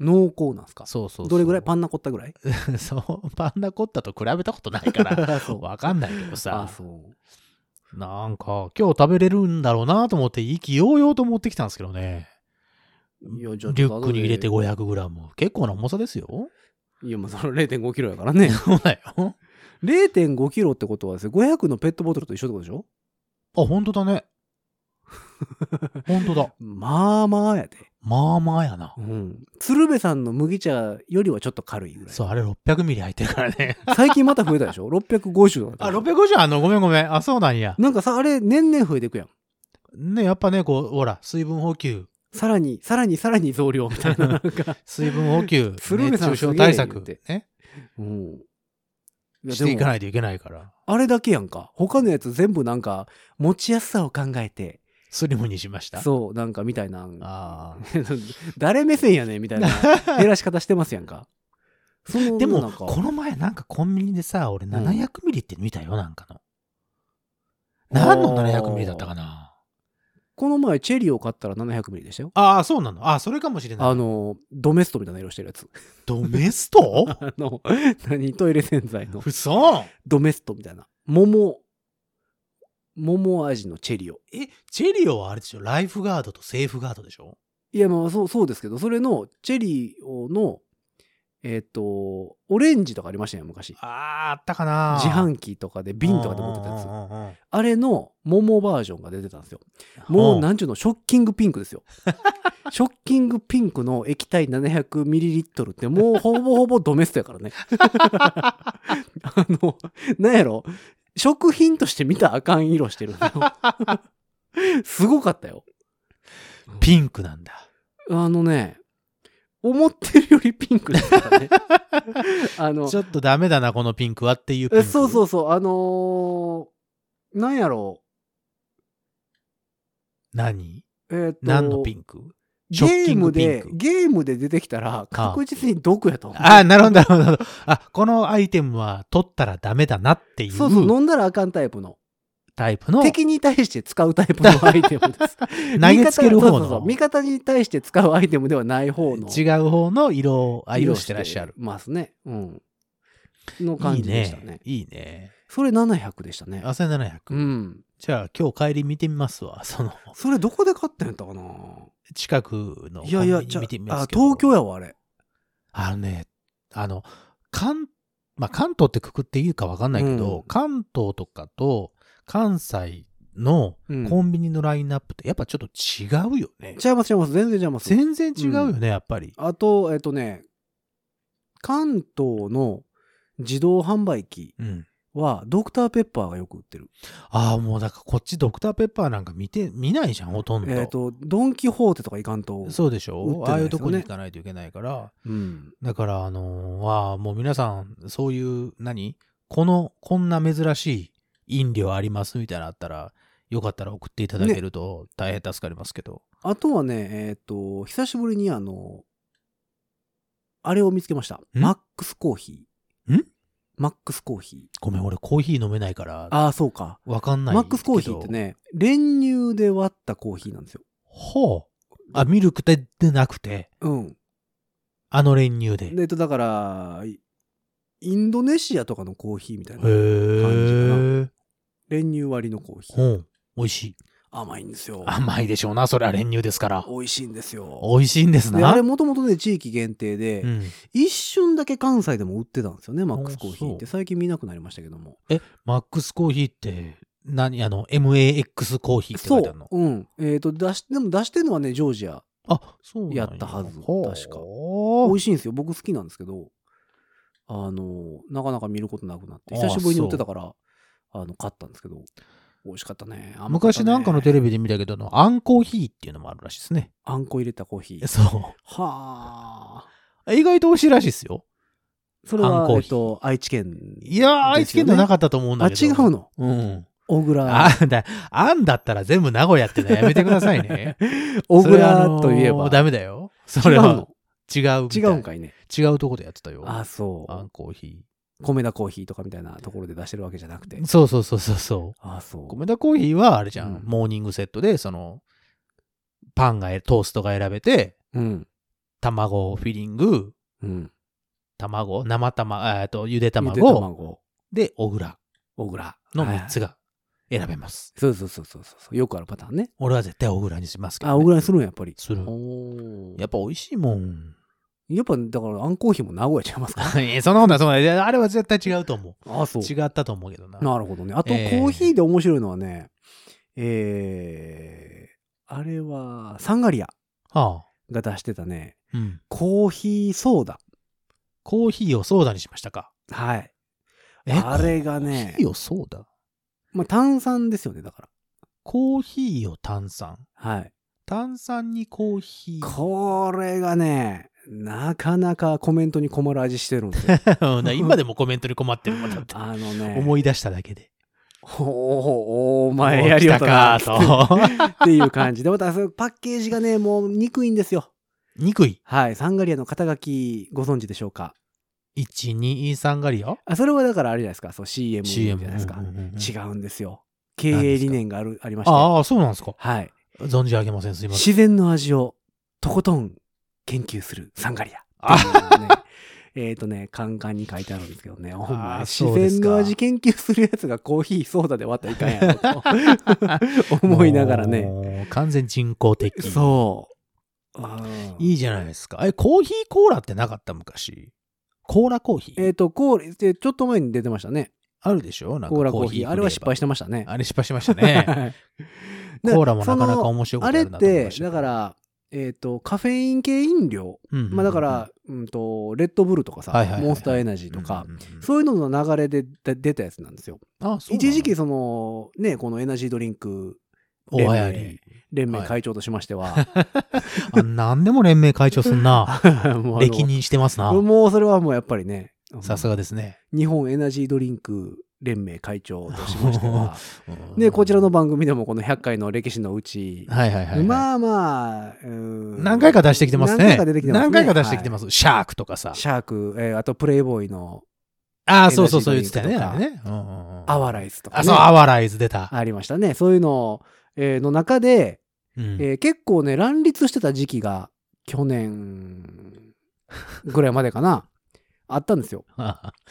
S2: 濃厚なんすか
S3: そうそうそう
S2: どれぐらいパンナコッタぐ らい
S3: そう、パンダコッタと比べたことないから、
S2: そう
S3: わかんないけど
S2: あ
S3: さ、
S2: そう
S3: なんか、今日食べれるんだろうなと思って、意気揚々と持ってきたんですけどね。
S2: いや
S3: リ
S2: じ
S3: ュ
S2: ゃあ
S3: ックに入れて 500g。結構な重さですよ。
S2: いやまあそれ0 5キロやからね
S3: そうだよ。
S2: 0 5キロってことはですね500のペットボトルと一緒ってことでしょ
S3: あ、本当だ ね。本当だ。
S2: まあまあやで、
S3: まあまあやな
S2: う。ん、鶴瓶さんの麦茶よりはちょっと軽いぐらい
S3: そう、あれ600ミリ入ってるからね。
S2: 最近また増えた でしょ650だった
S3: あ、650あんのごめんごめん。あ、そうなんや。
S2: なんかさあれ年々増えていくやん
S3: ね、やっぱね、こう、ほら、水分補給、
S2: さらにさらにさらに増量みた いななんか、、
S3: 水分補給
S2: 鶴瓶
S3: 熱
S2: さん
S3: 中症対
S2: す
S3: 策
S2: げえ、
S3: ね、
S2: うん、いや
S3: していか
S2: でも
S3: ないといけないから。
S2: あれだけやんか他のやつ全部なんか持ちやすさを考えて
S3: スリムにしました。
S2: そうなんかみたいなん
S3: あ
S2: 誰目線やねんみ たいな
S3: あ。
S2: 減らし方してますやんかその
S3: で
S2: な
S3: も、
S2: んか
S3: この前なんかコンビニでさ、俺
S2: ん
S3: 700ミリって見たよ、なんかの。何の700ミリだったかな。
S2: この前チェリーを買ったら700ミリでしたよ
S3: ああ、そうなの。ああ、それかもしれない。
S2: あの、ドメストみたいな色してるやつ。
S3: ドメスト
S2: あの、何トイレ洗剤の
S3: 嘘
S2: ドメストみたいな。桃、桃味のチェリオ。
S3: え、チェリオはあれでしょライフガードとセーフガードでしょ
S2: いや、まあ、そう、そうですけど、それのチェリオの、えっ、と、オレンジとかありましたよ、昔。
S3: ああ、あったかな。
S2: 自販機とかで瓶とかで持ってたやつ。
S3: や
S2: あれの桃バージョンが出てたんですよ。もうなんちゅうの、ショッキングピンクです よ。ショッキングピンクの液体 700ml ってもうほぼほぼドメストやからね。 あの、なんやろ、食品として見たらあかん色してるんだ よ。すごかったよ。
S3: ピンクなんだ。
S2: あのね、思ってるよりピンクですから ね。あの、
S3: ちょっとダメだな、このピンクはっていうピン
S2: え
S3: ク。
S2: そう
S3: う。
S2: そうそう、あのーなんやろ、
S3: 何
S2: えーと
S3: 何のピンクシ
S2: ゲ
S3: ョッキ
S2: ー
S3: ン
S2: ム
S3: グピン
S2: で
S3: ク、
S2: ゲームで出てきたら確実に毒やと思う。
S3: ああ、なるほど、なるほどなるほど。あ、このアイテムは取ったらダメだなってい
S2: そうそう、
S3: う
S2: 飲んだらあかんタイプの。
S3: タイプの
S2: 敵に対して使うタイ プのアイテムです。
S3: 投げつける
S2: 味方 そうそう
S3: 方
S2: そう
S3: の
S2: 味方に対して使うアイテムではない方の。
S3: 違う方の色を愛用してらっしゃる。
S2: ますね。うん。の
S3: い
S2: 感
S3: い
S2: じでしたね。
S3: ね。いいね。
S2: それ700でしたね。
S3: あ、1700。
S2: うん。
S3: じゃあ今日帰り見てみますわ。 その
S2: それどこで買ったんやったかな
S3: 近くのコンビニ
S2: いやいや、じゃ
S3: 見てみ
S2: あ
S3: ま
S2: あ
S3: すけど。
S2: 東京やわ、あれ。
S3: あのね、あの、関、まあ、関東ってくくっていいかわかんないけ
S2: う
S3: ど、
S2: ん
S3: 関東とかと関西の
S2: うん
S3: コンビニのラインナップってやっぱちょっと違うよね。
S2: ちゃいます、ちゃいます。全然ちゃいます。
S3: 全然違うよね、やっぱり。
S2: あと、えっとね、関東の自動販売機
S3: うん。
S2: はドクターペッパーがよく売ってる。
S3: ああ、もうだからこっちドクターペッパーなんか見て、見ないじゃん、ほとんど。
S2: えっと、ドン・キホーテとか行かんと。
S3: そうでしょ、
S2: 売ってないですよね
S3: ああいうとこに行かないといけないから。
S2: うん。
S3: だから、あのーああもう皆さん、そういう、何この、こんな珍しい飲料ありますみたいなのあったら、よかったら送っていただけると大変助かりますけど。
S2: あとはね、えっ、と、久しぶりにあの、あれを見つけました。マックスコーヒー。
S3: ん
S2: マックスコーヒー。
S3: ごめん、俺コーヒー飲めないから、
S2: ああ、そうか。
S3: わかんないけ
S2: マ
S3: ど。
S2: ックスコーヒーって。ね、練乳で割ったコーヒーなんですよ。
S3: ほう。あ、ミルクででなくて、
S2: うん。
S3: あの練乳で。
S2: でえっと、だから、イインドネシアとかのコーヒーみたい
S3: へ
S2: な。
S3: え。
S2: 練乳割りのコーヒー。
S3: ほう。美味しい。
S2: 甘いんですよ。
S3: 甘いでしょうな、それは練乳ですから。
S2: 美味しいんですよ。
S3: 美味しいんです
S2: であ
S3: な。
S2: れもともとね地域限定で、
S3: うん、
S2: 一瞬だけ関西でも売ってたんですよねマックスコーヒーっ
S3: あそ
S2: て
S3: う
S2: 最近見なくなりましたけども
S3: マックスコーヒーって、何あの、MAX コーヒーって書いてあるの
S2: うんえっ、と出しでも出してるのはねジョージア
S3: あ、そうなん
S2: やったはず
S3: ほう
S2: 確か美味しいんですよ僕好きなんですけどあのなかなか見ることなくなって
S3: あ
S2: 久しぶりに売ってたからあの買ったんですけど美味しかったね甘かったね
S3: 昔なんかのテレビで見たけど、あのあんコーヒーっていうのもあるらしいですね。
S2: あんこ入れたコーヒー
S3: そ
S2: はあ
S3: う。 意外と美味しいらしいですよ。
S2: それは
S3: あんこ
S2: え
S3: ー
S2: っ
S3: ヒー
S2: と愛知県
S3: いやー、愛知県ではなかったと思うん
S2: あ
S3: だ
S2: 違
S3: けど。
S2: うの
S3: うん。
S2: 小
S3: あ
S2: 倉
S3: だ、あんだったら全部名古屋ってのはやめてくださいね。
S2: 小
S3: それあ
S2: 倉
S3: のー
S2: といえば
S3: ダメだよ。そ
S2: 違
S3: れ
S2: う
S3: は
S2: の
S3: 違うみた
S2: 違
S3: い。
S2: うんかいね
S3: 違うとこでやってたよ。
S2: あそ
S3: あ
S2: うん
S3: コーヒ
S2: 米田コーヒーとかみたいなところで出してるわけじゃなくて
S3: ー。そうそうそうそうそう。
S2: あそう
S3: 米田コーヒーはあれじゃん、
S2: うん
S3: モーニングセットで、その、パンが、トーストが選べて、
S2: うん
S3: 卵、フィリング、
S2: うん
S3: 卵、生卵、あえっと、ゆで
S2: ゆで
S3: 卵、
S2: 卵
S3: で、小倉
S2: 小倉
S3: の
S2: はい
S3: 3つが選べます。
S2: そうそうそうそうそうよくあるパターンね
S3: 俺は絶対小倉にしますけど、
S2: あ
S3: ね。
S2: 小倉にするんやっぱり
S3: する
S2: おー
S3: やっぱ美味しいもん。
S2: やっぱだからあんコーヒーも名古屋ちゃいますか
S3: えそんなことない、そんなことないいや。あれは絶対違うと思。
S2: あそう
S3: 違ったと思うけどな。
S2: なるほどねあとコ
S3: えー
S2: ーヒーで面白いのはねえーあれはサンガリア
S3: はあ。
S2: が出してたね
S3: うん。
S2: コーヒーソーダ
S3: コーヒーをソーダにしましたか。
S2: はい
S3: え
S2: あれがね
S3: コーヒーをソーダ
S2: まあ炭酸ですよねだか
S3: コーヒーを炭酸。
S2: らはい
S3: 炭酸にコーヒー。
S2: これがね、なかなかコメントに困る味してるん ですよ。
S3: うん な今でもコメントに困ってるもんだって。
S2: あの ね、
S3: 思い出しただけで。
S2: おお、お前やりよったな
S3: お来たか ーと。
S2: っ ていう感じで、またそのパッケージがね、もう憎いんですよ。
S3: 憎い。
S2: はい、サンガリアの肩書きご存知でしょうか
S3: 1、2、3ガリア
S2: あそれはだからあれじゃないですか、そう CM じゃ
S3: ?CM
S2: ないですか
S3: うん。うんうん
S2: 違うんですよ。経営理念があるありまして、
S3: ああ、そうなんですか。
S2: はい、
S3: 存じ上げません。すいません。
S2: 自然の味をとことん研究するサンガリアっていうのがね。 えっとね、カンカンに書いてあるんですけどね、ほんまに
S3: そ
S2: 自
S3: うですか
S2: 然の味研究するやつがコーヒーソーダで割ったらいかんやろと 思いながらね。
S3: もう。完全人工的。
S2: そう。うん
S3: いいじゃないですか。え、コーヒーコーラってなかった昔。コーラコーヒー
S2: えっと、コーラで、ちょっと前に出てましたね。
S3: あるでしょなんか
S2: コーラコーヒー。あれは失敗しててましたね。
S3: あれ失敗しました ね。コ
S2: で
S3: ーラもなかなか
S2: その
S3: 面白いこ
S2: あ
S3: と
S2: れ
S3: や
S2: っ
S3: るなと思い
S2: て
S3: ま、したけ
S2: だ
S3: ど
S2: から、えっと、カフェイン系飲料。
S3: うんうんうんうん
S2: まあだから、うんと、レッドブルとかさ
S3: はいはいは、いはい
S2: モンスターエナジーとか
S3: う、んうんうん
S2: そういうのの流れでで出たやつなんですよ。
S3: あそうなの
S2: 一時期、その、ね、このエナジードリンク
S3: お流行り。
S2: 連盟
S3: はい
S2: 会長としまして は、
S3: あ何でも連盟会長すん な。
S2: もうあの
S3: 歴任してますな。
S2: もうそれはもうやっぱりね、
S3: さすがですね。
S2: 日本エナジードリンク連盟会長としましては、
S3: うん
S2: で、こちらの番組でもこの100回の歴史のうち、
S3: はいはいはいはい。
S2: まあまあ、うん
S3: 何回か出してきてますね。
S2: 何回か出てきてますね。。
S3: 何回か出してきてますす。シャークとかさ。
S2: シャーク、えーあとプレイボーイの
S3: ああ、そうそうそう言ってたよね。
S2: エナジ
S3: あ
S2: ード
S3: れね。うんうんうん
S2: アワライスとか、ね、
S3: あ、そう、アワライズ出た。
S2: ありましたね。そういうの、えーの中で、
S3: うん
S2: えー結構ね乱立してた時期が去年ぐらいまでかなあったんですよ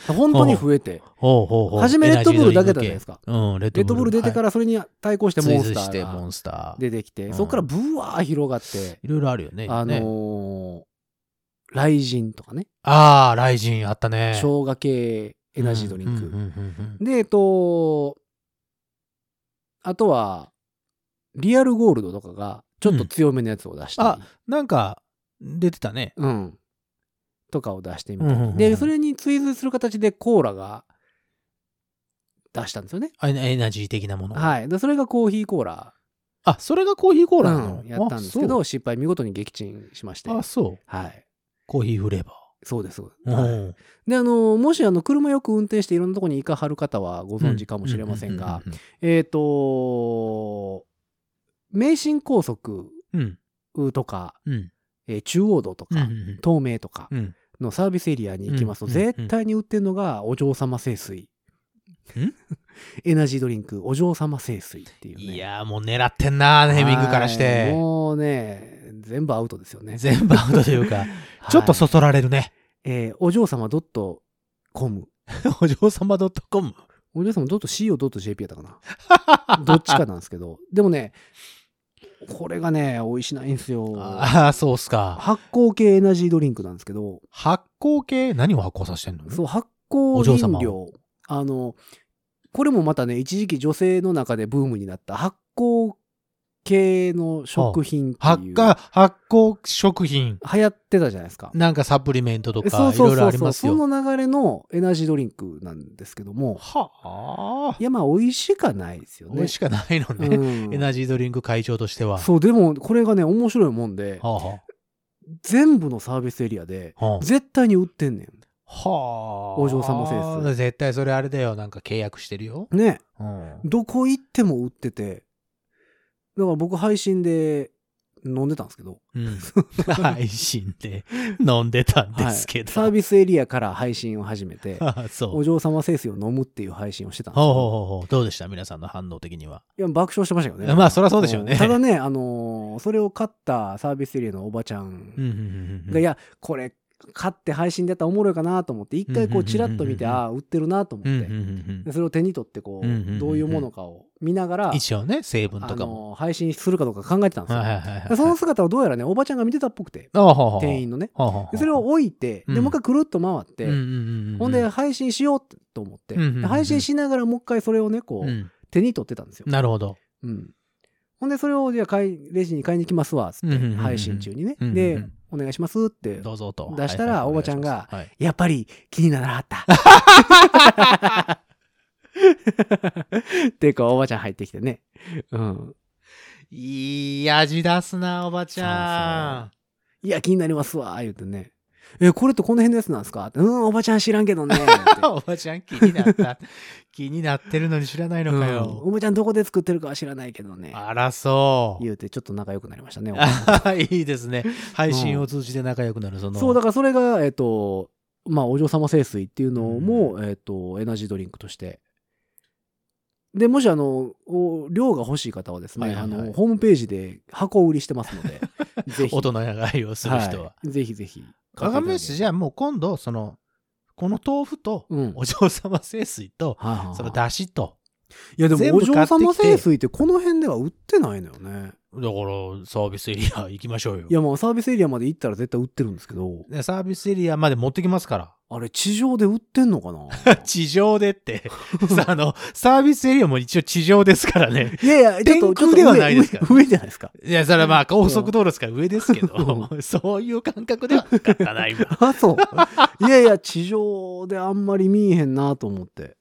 S2: 本当に増えて
S3: ほうほうほう。
S2: 初めレッドブルだけだったじゃないで
S3: エナジ
S2: すか
S3: ードリンク系うん、レッ、
S2: レッドブル出てかららそれに対抗して
S3: はい
S2: モン
S3: 追
S2: ス
S3: 随
S2: タ
S3: して
S2: ー
S3: モ
S2: が
S3: ンスター。
S2: 出てきて
S3: ん
S2: そこからブワー広がって
S3: いろいろあるよね。
S2: あ
S3: 今ね
S2: のー雷神とかね
S3: ああ、ライジンあったね。
S2: 生姜系エナジードリン
S3: うんうん
S2: ク
S3: うんうん
S2: でえっとあとはリアルゴールドとかがちょっと強めのやつを出したり、
S3: うんなんか、出てたね。
S2: うん。とかを出してみた
S3: うんうんうんう
S2: り。
S3: ん
S2: で、それに追随する形でコーラが出したんですよね。
S3: あエナジー的なもの。
S2: はい。で、それがコーヒーコーラ
S3: あ、それがコーヒーコーラなの、
S2: うんやったんですけ
S3: あ
S2: ど、失敗見事に撃沈しまして
S3: そう。。あ、そう。
S2: はい。
S3: コーヒーフレーバ
S2: そうです。そうです
S3: ー。
S2: はい
S3: うん
S2: で、あの、もし、あの、車よく運転していろんなとこに行かはる方はご存知かもしれませんが、。えっと、名神高速
S3: うん。
S2: とか、
S3: うん。
S2: えー中央道と
S3: うん。う
S2: か、
S3: ん
S2: 東名とか、
S3: うん。
S2: のサービスエリアに行きますと、
S3: うん
S2: 絶対に売ってるのがお嬢様清水
S3: ん。
S2: エナジードリンク、お嬢様清水っていうね。
S3: いやー、もう狙ってんなー、ヘミングからし
S2: はい
S3: て。
S2: もうね、全部アウトですよね。
S3: 全部アウト というか、 ちょっ
S2: は
S3: と
S2: い
S3: そそられるね。
S2: えーお嬢様 .com。
S3: お嬢様 .com。
S2: お嬢さんもどっと C をどっと JP やったか な。どっちかなんですけど。でもね、これがね、美味しないんですよ。
S3: ああ、そうっすか。
S2: 発酵系エナジードリンクなんですけど、
S3: 発酵系何を発酵させてんの
S2: そう、発
S3: お嬢
S2: 酵
S3: 様
S2: 飲料。あの、これもまたね、一時期女性の中でブームになった発酵系の食品って
S3: 発
S2: いう。
S3: 酵、発酵食品。
S2: 流行ってたじゃないですか。
S3: なんかサプリメントと
S2: えそ
S3: か
S2: う
S3: い
S2: そう
S3: ろいろ
S2: そ
S3: あ
S2: う
S3: り
S2: そう。
S3: ますよ。
S2: その流れのエナジードリンクなんですけども、
S3: はあ。
S2: いや、まあ、美味しかないですよね。
S3: これしかないのね。
S2: うん
S3: エナジードリンク会長としては。
S2: そう、でも、これがね、面白いもんで、
S3: はあは
S2: 全部のサービスエリアで、
S3: あ。はあ
S2: 絶対に売ってんね
S3: はあ。
S2: お嬢様センス
S3: 絶対それあれだよ。なんか契約してるよ。
S2: ん。ね。
S3: うん。
S2: どこ行っても売ってて、だから僕、配信で飲んでたんですけど、
S3: うん、配信で飲んでたんですけど。、
S2: サービスエリアから配信を始めて
S3: ああ そう。
S2: お嬢様清水を飲むっていう配信をしてたんですけ
S3: ほうほう
S2: ど、
S3: ほうほう。どうでした皆さんの反応的には。
S2: いや爆笑してましたよね。
S3: まあ、そりゃそうでしょうね。
S2: んただね、あのーそれを買ったサービスエリアのおばちゃん
S3: うんうんうんう
S2: が、い
S3: ん
S2: や、これ、買って配信でやったらおもろいかなと思って、一回こ
S3: うんうんうんうんう
S2: うんチラッと見て、ああ、売ってるなと思
S3: うんうん
S2: って
S3: う、ん
S2: でそれを手に取ってこ
S3: うんうんうん
S2: う、
S3: うん
S2: どういうものかを見ながら
S3: うん、一応ね、成分
S2: あ
S3: とかも。
S2: の配信するかどうか考えてたんです
S3: はいはい
S2: よ。
S3: はいは
S2: で
S3: い。
S2: その姿をどうやらね、おばちゃんが見てたっぽくて、
S3: ああほうほうほう
S2: 店員のね。
S3: ほうほうほう
S2: でそれを置いて、
S3: う
S2: で
S3: ん
S2: もう一回くるっと回っ
S3: う
S2: て
S3: んう、んうんうん、
S2: ほんで配信しようと思って、
S3: うんうんうん
S2: で配信しながらもう一回それをね、こ
S3: う
S2: う、
S3: ん、
S2: 手に取ってたんですよ。
S3: なるほど。
S2: うんほんで、それを、じゃあ買い、レジに買いに行きますわ、つっ
S3: うんうんうん
S2: て、
S3: うん
S2: 配信中にね。
S3: うんうん
S2: で、お願いしますって、
S3: どうぞと。
S2: 出したら
S3: はいはい
S2: おばちゃんが
S3: お願いし
S2: やっぱり気にならなかった。って、こう、おばちゃん入ってきてね。うん。
S3: ます、はい。いい味出すな、おばちゃん。
S2: いや、気になりますわ、言うてね。え、これってこの辺のやつなんですかってうん、おばちゃん知らんけど ね。って
S3: おばちゃん気になった。気になってるのに知らないのか
S2: うん
S3: よ。
S2: おばちゃんどこで作ってるかは知らないけどね。
S3: あら、そう。
S2: 言うて、ちょっと仲良くなりましたね。
S3: あいいですね。配信を通じて仲良くなる、その。
S2: そう、だからそれが、えっと、まあ、お嬢様清水っていうのも、えっと、エナジードリンクとして。で、もし、あの、お量が欲しい方はですね、
S3: はいはいはい
S2: あの、ホームページで箱売りしてますの で、ぜひ。
S3: 大人やがいをする人は。
S2: いぜひぜひ。
S3: 鏡飯じ
S2: ゃ
S3: ゃあもう今度、その、この豆腐と、
S2: うん。
S3: お嬢様清水と、
S2: はいはいはい
S3: その出汁と、
S2: いや、で
S3: 全
S2: も、
S3: 部
S2: お嬢
S3: 買ってきて
S2: 様清水ってこの辺では売ってないのよね。
S3: だからサービスエリ ア行きましょうよ
S2: い。や、まあ、サービスエリアまで行ったら絶対売ってるんですけ ど、
S3: でサービスエリアまで持ってきますか
S2: あれ、地上で売ってんのかな
S3: ら。 地上で って。さあの、サービスエリアも一応地上ですからね。
S2: いやいや、ちょっと、
S3: 天空ではないですから
S2: ちょっと上上上じゃないですか。
S3: いや、それはまあ高速道路ですから上ですけど、 そういう感覚ではなかったな、 今。
S2: あ、そう。いやいや、地上であんまり見えへんなと思って。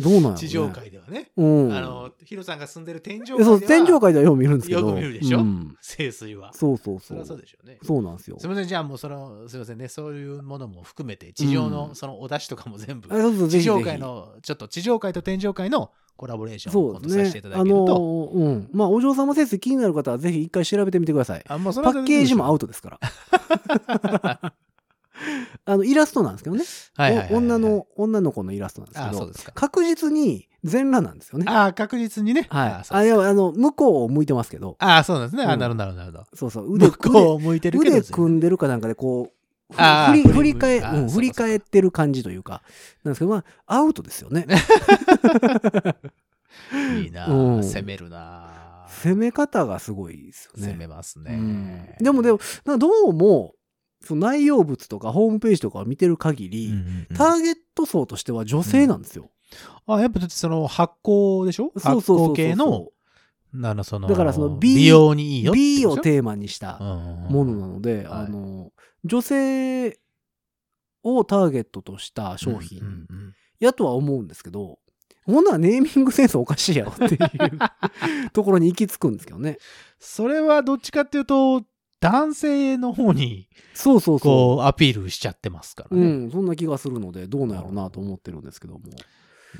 S2: どうなんやろ、ね、
S3: 地上。界ではね。
S2: うん。
S3: あの、ヒロさんが住んでる天井界
S2: え
S3: で
S2: そ
S3: は
S2: う、天井界ではよう見るんですけど。
S3: よく見るでしょ
S2: うん、
S3: 清水は。
S2: そうそう
S3: そ
S2: そ
S3: り
S2: う。
S3: ゃ
S2: そ
S3: そ
S2: うう
S3: でしょうね。
S2: なんですよ
S3: す。みません、じゃあもうその、すみませんね、そういうものも含めて、地上
S2: う
S3: の
S2: ん
S3: そのお出汁とかも全部、
S2: あそうそうぜ
S3: 地
S2: ひぜ
S3: 上
S2: ひ
S3: 界の、ちょっと地上界と天上界のコラボレーション
S2: そ
S3: を今
S2: うで
S3: 度
S2: す
S3: さ
S2: ね。
S3: せていただ
S2: あ
S3: けると、
S2: のーうん。まあ、お嬢様説気になる方はぜひ一回調べてみてください。
S3: あもうそれ
S2: パ
S3: は
S2: ッケージもア
S3: う。
S2: ウトですから。 あの、イラストなんですけどね。
S3: はいはいはいはい
S2: お女、の、女の子のイラストなんです
S3: あ
S2: け
S3: そう
S2: ど、
S3: ですか。
S2: 確実に全裸なんですよね。
S3: ああ、確実にね。
S2: はい。
S3: そう
S2: あ、いや、あの、向こうを向いてますけど、
S3: ああ、そうなんですね。あ
S2: うん
S3: なるほど、なるほどなるほど。
S2: そうそう、腕、
S3: 向こうを向いてるけ
S2: 腕
S3: ど、
S2: 腕組んでるかなんかでこう、ふ
S3: あー
S2: 振り
S3: 振り
S2: 振り返、
S3: あー
S2: うん
S3: そうか
S2: 振り返ってる感じというか、なんですけど、まあ、アウトですよね。
S3: いいな、
S2: うん
S3: 攻めるな、
S2: 攻め方がすごいですよ
S3: 攻め
S2: ね。
S3: ます
S2: う
S3: ね。
S2: んでも、でも、なんかどうも、その内容物とかホームページとかを見てる限
S3: う
S2: り、
S3: んうんうん
S2: ターゲット層としては女性なんですよ。
S3: あやっぱだってその発酵でしょ
S2: そうそうそうそう
S3: 発酵系の、なのその、
S2: だからその B
S3: 美容にいいよって
S2: B を
S3: ことでし
S2: テーマにした
S3: ょ、うん
S2: ものなので、
S3: はい
S2: あの女性をターゲットとした商
S3: うんう
S2: 品
S3: んうん
S2: やとは思うんですけど、ほんならネーミングセンスおかしいやろっていう ところに行き着くんですけどね。
S3: それはどっちかっていうと、男性の方に、
S2: そうそうそ
S3: こう、アピールしちゃってますから
S2: う。う
S3: ね。
S2: ん、そんな気がするので、どうなんやろうなと思ってるんですけども。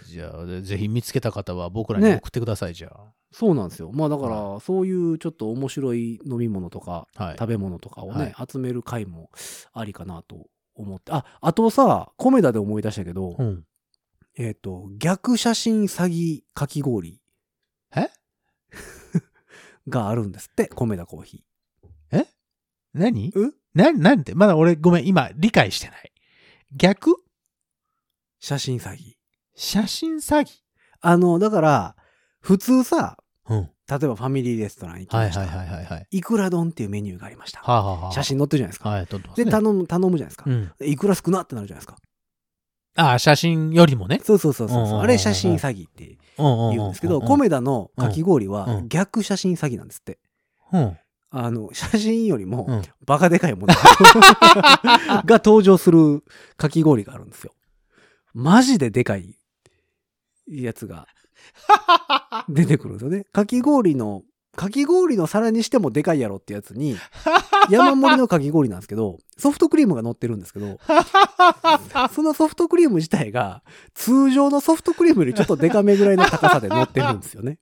S3: じゃあ、でぜひ見つけた方は僕らに
S2: ね
S3: 送ってください、じゃ
S2: そうなんですよ。まあだから、そういうちょっと面白い飲み物とか、
S3: あ。はい。
S2: 食べ物とかを
S3: は
S2: ね
S3: い、
S2: 集める回もありかなと思って。あ、あとさ、コメダで思い出したけど、
S3: うん。
S2: えっ、と、逆写真詐欺かき氷。
S3: え
S2: があるんですって、米田コーヒ
S3: 何
S2: ー。
S3: な、なんてまだ俺、ごめん、今、理解してない。逆
S2: 写真詐欺。
S3: 写真詐欺。
S2: あの、だから、普通さ、
S3: うん。
S2: 例えばファミリーレストラン行き
S3: はい
S2: ました。
S3: はいはいはいはい。
S2: いくら丼っていうメニューがありました。
S3: はあ、はあはあ、
S2: 写真載ってるじゃないですか。
S3: はい、撮ってます、
S2: で、
S3: ね。
S2: 頼む、頼むじゃないですか
S3: う。ん。
S2: いくら少なってなるじゃないですか。
S3: ああ、写真よりもね。
S2: そうそうそう
S3: うん
S2: そ
S3: うんうん
S2: う。
S3: うん
S2: あれ写真詐欺って
S3: うん
S2: 言うんですけど、
S3: う
S2: コメダのかき氷
S3: う
S2: は
S3: ん
S2: 逆写真詐欺なんですって。
S3: うん。
S2: あの、写真より
S3: う
S2: も
S3: ん。
S2: バカでかい ものが登場するかき氷があるんですよ。マジででかいやつ が出てくるんですよね。かき氷の、かき氷の皿にしてもでかいやろってやつに、山盛りのかき氷なんですけど、ソフトクリームが乗ってるんです けど、そのソフトクリーム自体が、通常のソフトクリームよりちょっとデカめぐらいの高さで乗ってるんですよね。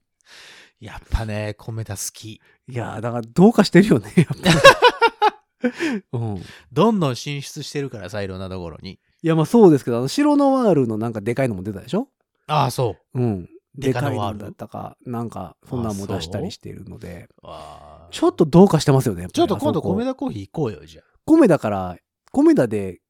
S3: やっぱね、コメダ好き。
S2: いやー、だからどうかしてるよね、やっぱ り。うん。い
S3: どんどん進出してるからさ、いろんなところに。
S2: や、まあそうですけど、あの、白ノワールのなんかでかいのも出たでしょ
S3: ああ、そう。
S2: うん。
S3: デ
S2: で
S3: カ
S2: かい
S3: ノワー
S2: の
S3: ル
S2: だったか、なんか、そんなんも出したりしているので、
S3: あー
S2: ちょっとどうかしてますよね、やぱり
S3: ちょっと今度
S2: あそこ
S3: コメダコーヒー行こうよ、じゃあ。
S2: コメダから、コメダで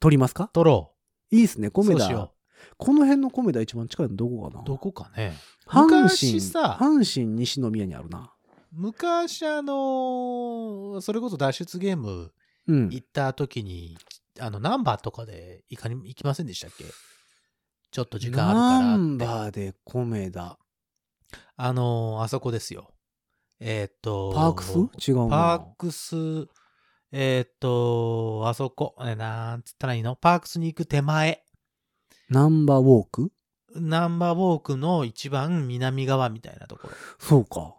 S2: 撮りますか
S3: 撮ろ
S2: いいですね、
S3: う。
S2: コメ
S3: そうし
S2: ダ
S3: よ。
S2: この辺のコメダ一番近いのどこか
S3: う
S2: な
S3: どこかね。
S2: 阪神
S3: 昔、さ
S2: 阪神西宮にあるな。
S3: 昔あのーそれこそ脱出ゲーム
S2: うん。
S3: 行った時に、あの、ナンバーとかで行かに行きませんでしたっけちょっと時間
S2: ナ
S3: あ
S2: ン
S3: るからって。
S2: バーでコメダ。
S3: あのーあそこですよ。えーっと、
S2: パークス違うな。
S3: パークス、えーっと、あそこ、えなんつったらいいのパークスに行く手前、
S2: ナンバーウォーク
S3: ナンバーウォークの一番南側みたいなところ。
S2: そうか。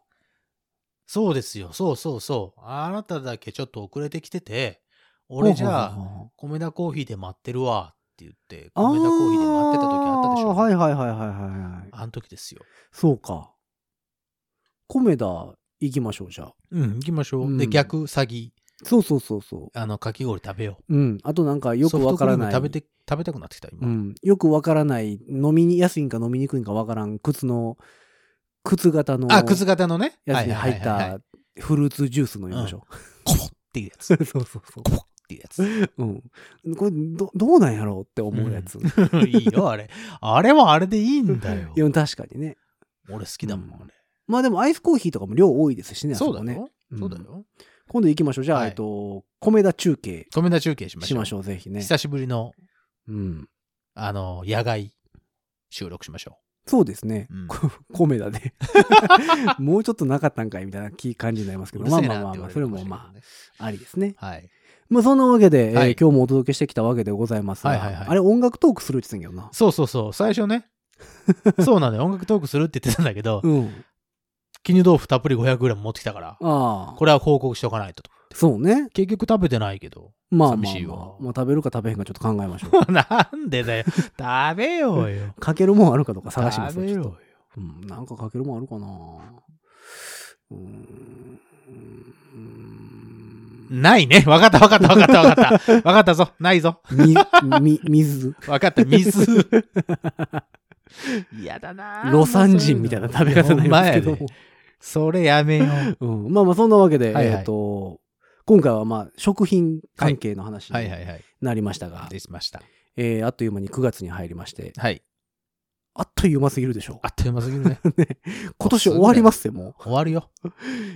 S3: そうですよ、そうそうそう。あなただけちょっと遅れてきてて、俺じゃあ、
S2: あ、
S3: 米田コーヒーで待ってるわって言って、
S2: あ
S3: 米田コーヒーで待ってた時あったでしょ。
S2: ーはいはいはいはいはいはい。
S3: あの時ですよ。
S2: そうか。コメダ行きましょう、じゃあ。
S3: うん、行きましょう。
S2: うん
S3: で、逆詐欺、
S2: そうそうそうそ
S3: あの、かき氷食べよ
S2: う。うん。あとなんか
S3: う。
S2: よくわからない。
S3: ソフトクリーム食べて、食べたくなってきた、今。
S2: うん。よくわからない、飲みに、安いんか飲みにくいんかわからん、靴の、靴型の、
S3: あ、靴型のね。
S2: やつに入っ
S3: はいはいはいはい
S2: たフルーツジュース飲みましょ
S3: コポっていうやつ。
S2: う。 そうそうそう
S3: コポっていうやつ。
S2: うん。これど、どうなんやろうって思うやつ。
S3: いいよ、あれ。あれはあれでいいんだよ
S2: い。や、確かにね。
S3: 俺好きだもん、あれ。
S2: まあでもアイスコーヒーとかも量多いですしね。あ
S3: そ
S2: こ
S3: うだ
S2: ね。
S3: よ。
S2: うん
S3: そうだよ。
S2: 今度行きましょう。じゃあ、
S3: はい
S2: えっと、米田中継
S3: コメダ中継しまし
S2: し
S3: ょう。
S2: ましょう、ぜひね。
S3: 久しぶりの、
S2: うん。
S3: あの、野外収録しましょ
S2: そうですね
S3: うん。
S2: こ米田 で。 もうちょっとなかったんかいみたいな気感じになります
S3: う。
S2: け
S3: う
S2: ど、
S3: る
S2: まあ
S3: せえ
S2: まあ
S3: な
S2: ま
S3: っ
S2: あ
S3: て
S2: ま
S3: 言
S2: あ、それ
S3: われるかも
S2: も
S3: しれない
S2: まあ、ありですね。
S3: あ。はい。
S2: まあそんなわけで、えー
S3: はい
S2: 今日もお届けしてきたわけでございますが、
S3: はいはいはい
S2: あれ音楽トークするって言ってたんや
S3: そうそうそう、最 初ね。そうなんだよ。音楽トークするって言ってたんだけど
S2: け、どな。うん。
S3: 絹豆腐たっぷり 500g 持ってきたから、
S2: ああ。
S3: これは報告しておかないとと。
S2: そうね。
S3: 結局食べてないけど。
S2: まあまあ、ま
S3: 寂
S2: あ
S3: しいわ、
S2: まあ食べるか食べへんかちょっと考えましょう。
S3: なんでだよ。食べようよ。
S2: かけるもんあるかどうか探します
S3: 食べ
S2: ちょ
S3: よ
S2: っ
S3: う
S2: と
S3: よ。
S2: うん、なんかかけるもんあるかなうーん。うーん
S3: ないね。 わかったわかったわかったわかった。わかったぞ。ないぞ。
S2: み、み、水。
S3: わかっ た。水。嫌だなぁ
S2: ロサン人みたいな食べ方になりますけども。
S3: そういうのいやほ んまやでそれやめよ
S2: うん。まあまあ、そんなわけで、
S3: はいはい
S2: えっ、と、今回はまあ、食品関係の話
S3: う。はい
S2: に
S3: はいはい。
S2: なりましたが、
S3: でしました。
S2: えーあっという間に9月に入りまして、
S3: はい。
S2: あっという間すぎるでしょ
S3: あっという間すぎるね。
S2: う。ね今年終わりますよ、も
S3: 終わるよ。
S2: う。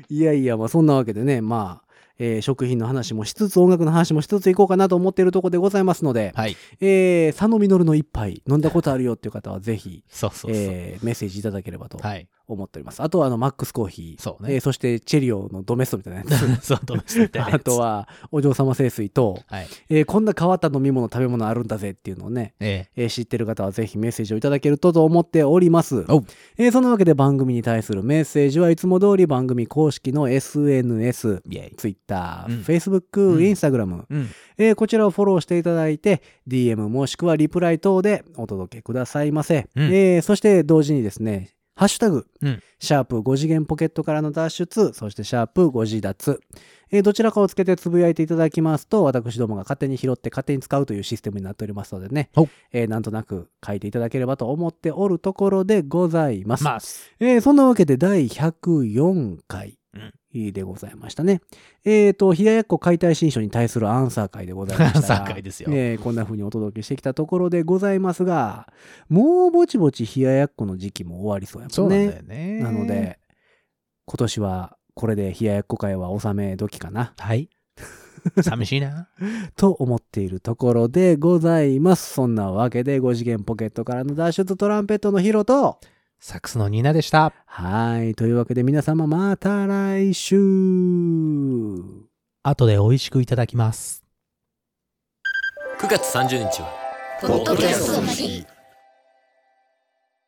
S2: いやいや、まあそんなわけでね、まあ、えー食品の話もしつつ、音楽の話もしつついこうかなと思っているところでございますので、
S3: はい。
S2: えー、佐野実の一杯飲んだことあるよっていう方はぜひ、
S3: そうそうそう。
S2: えーメッセージいただければと
S3: はい。
S2: 思っております。あとはあのマックスコーヒー、
S3: そうね
S2: えーそしてチェリオのドメストみたいなや つ。
S3: そう、止めてみたいなやつ
S2: あと。はお嬢様清水と、
S3: はい。
S2: えーこんな変わった飲み物食べ物あるんだぜっていうのをね、
S3: え
S2: えー知ってる方はぜひメッセージをいただけるとと思っております
S3: おう。
S2: えーそんなわけで番組に対するメッセージはいつも通り番組公式の SNS、
S3: えイェイ。
S2: Twitter、
S3: うん
S2: Facebook、
S3: ん
S2: Instagram、
S3: うん。
S2: えーこちらをフォローしていただいて、DM もしくはリプライ等でお届けくださいませ。
S3: うん
S2: えーそして同時にですね、ハッシュタグ、
S3: うん
S2: シャープ5次元ポケットからの脱出、そしてシャープ5次脱、えーどちらかをつけてつぶやいていただきますと、私どもが勝手に拾って勝手に使うというシステムになっておりますのでね
S3: ほう、
S2: えーなんとなく書いていただければと思っておるところでございます。
S3: まあ、す
S2: えーそんなわけで第104回、でございましたね。えっ、と、冷ややっこ解体新書に対するアンサー会でございましたが。
S3: アンサー会ですよ
S2: ねえこんな風にお届けしてきたところでございますが、もうぼちぼち冷ややっこの時期も終わりそうや
S3: そ
S2: も
S3: うんな
S2: ね。
S3: んだよね。
S2: なの。で、今年はこれで冷ややっこ会は収め時かな、
S3: はい。寂しいな。
S2: と思っているところでございます。そんなわけで、5次元ポケットからの脱出トランペットのヒロと、
S3: サックスのニーナでした。
S2: はい。というわけで皆様また来週
S3: 後で美味しくいただきます。
S4: 9月30日は
S1: ポッドキャストの日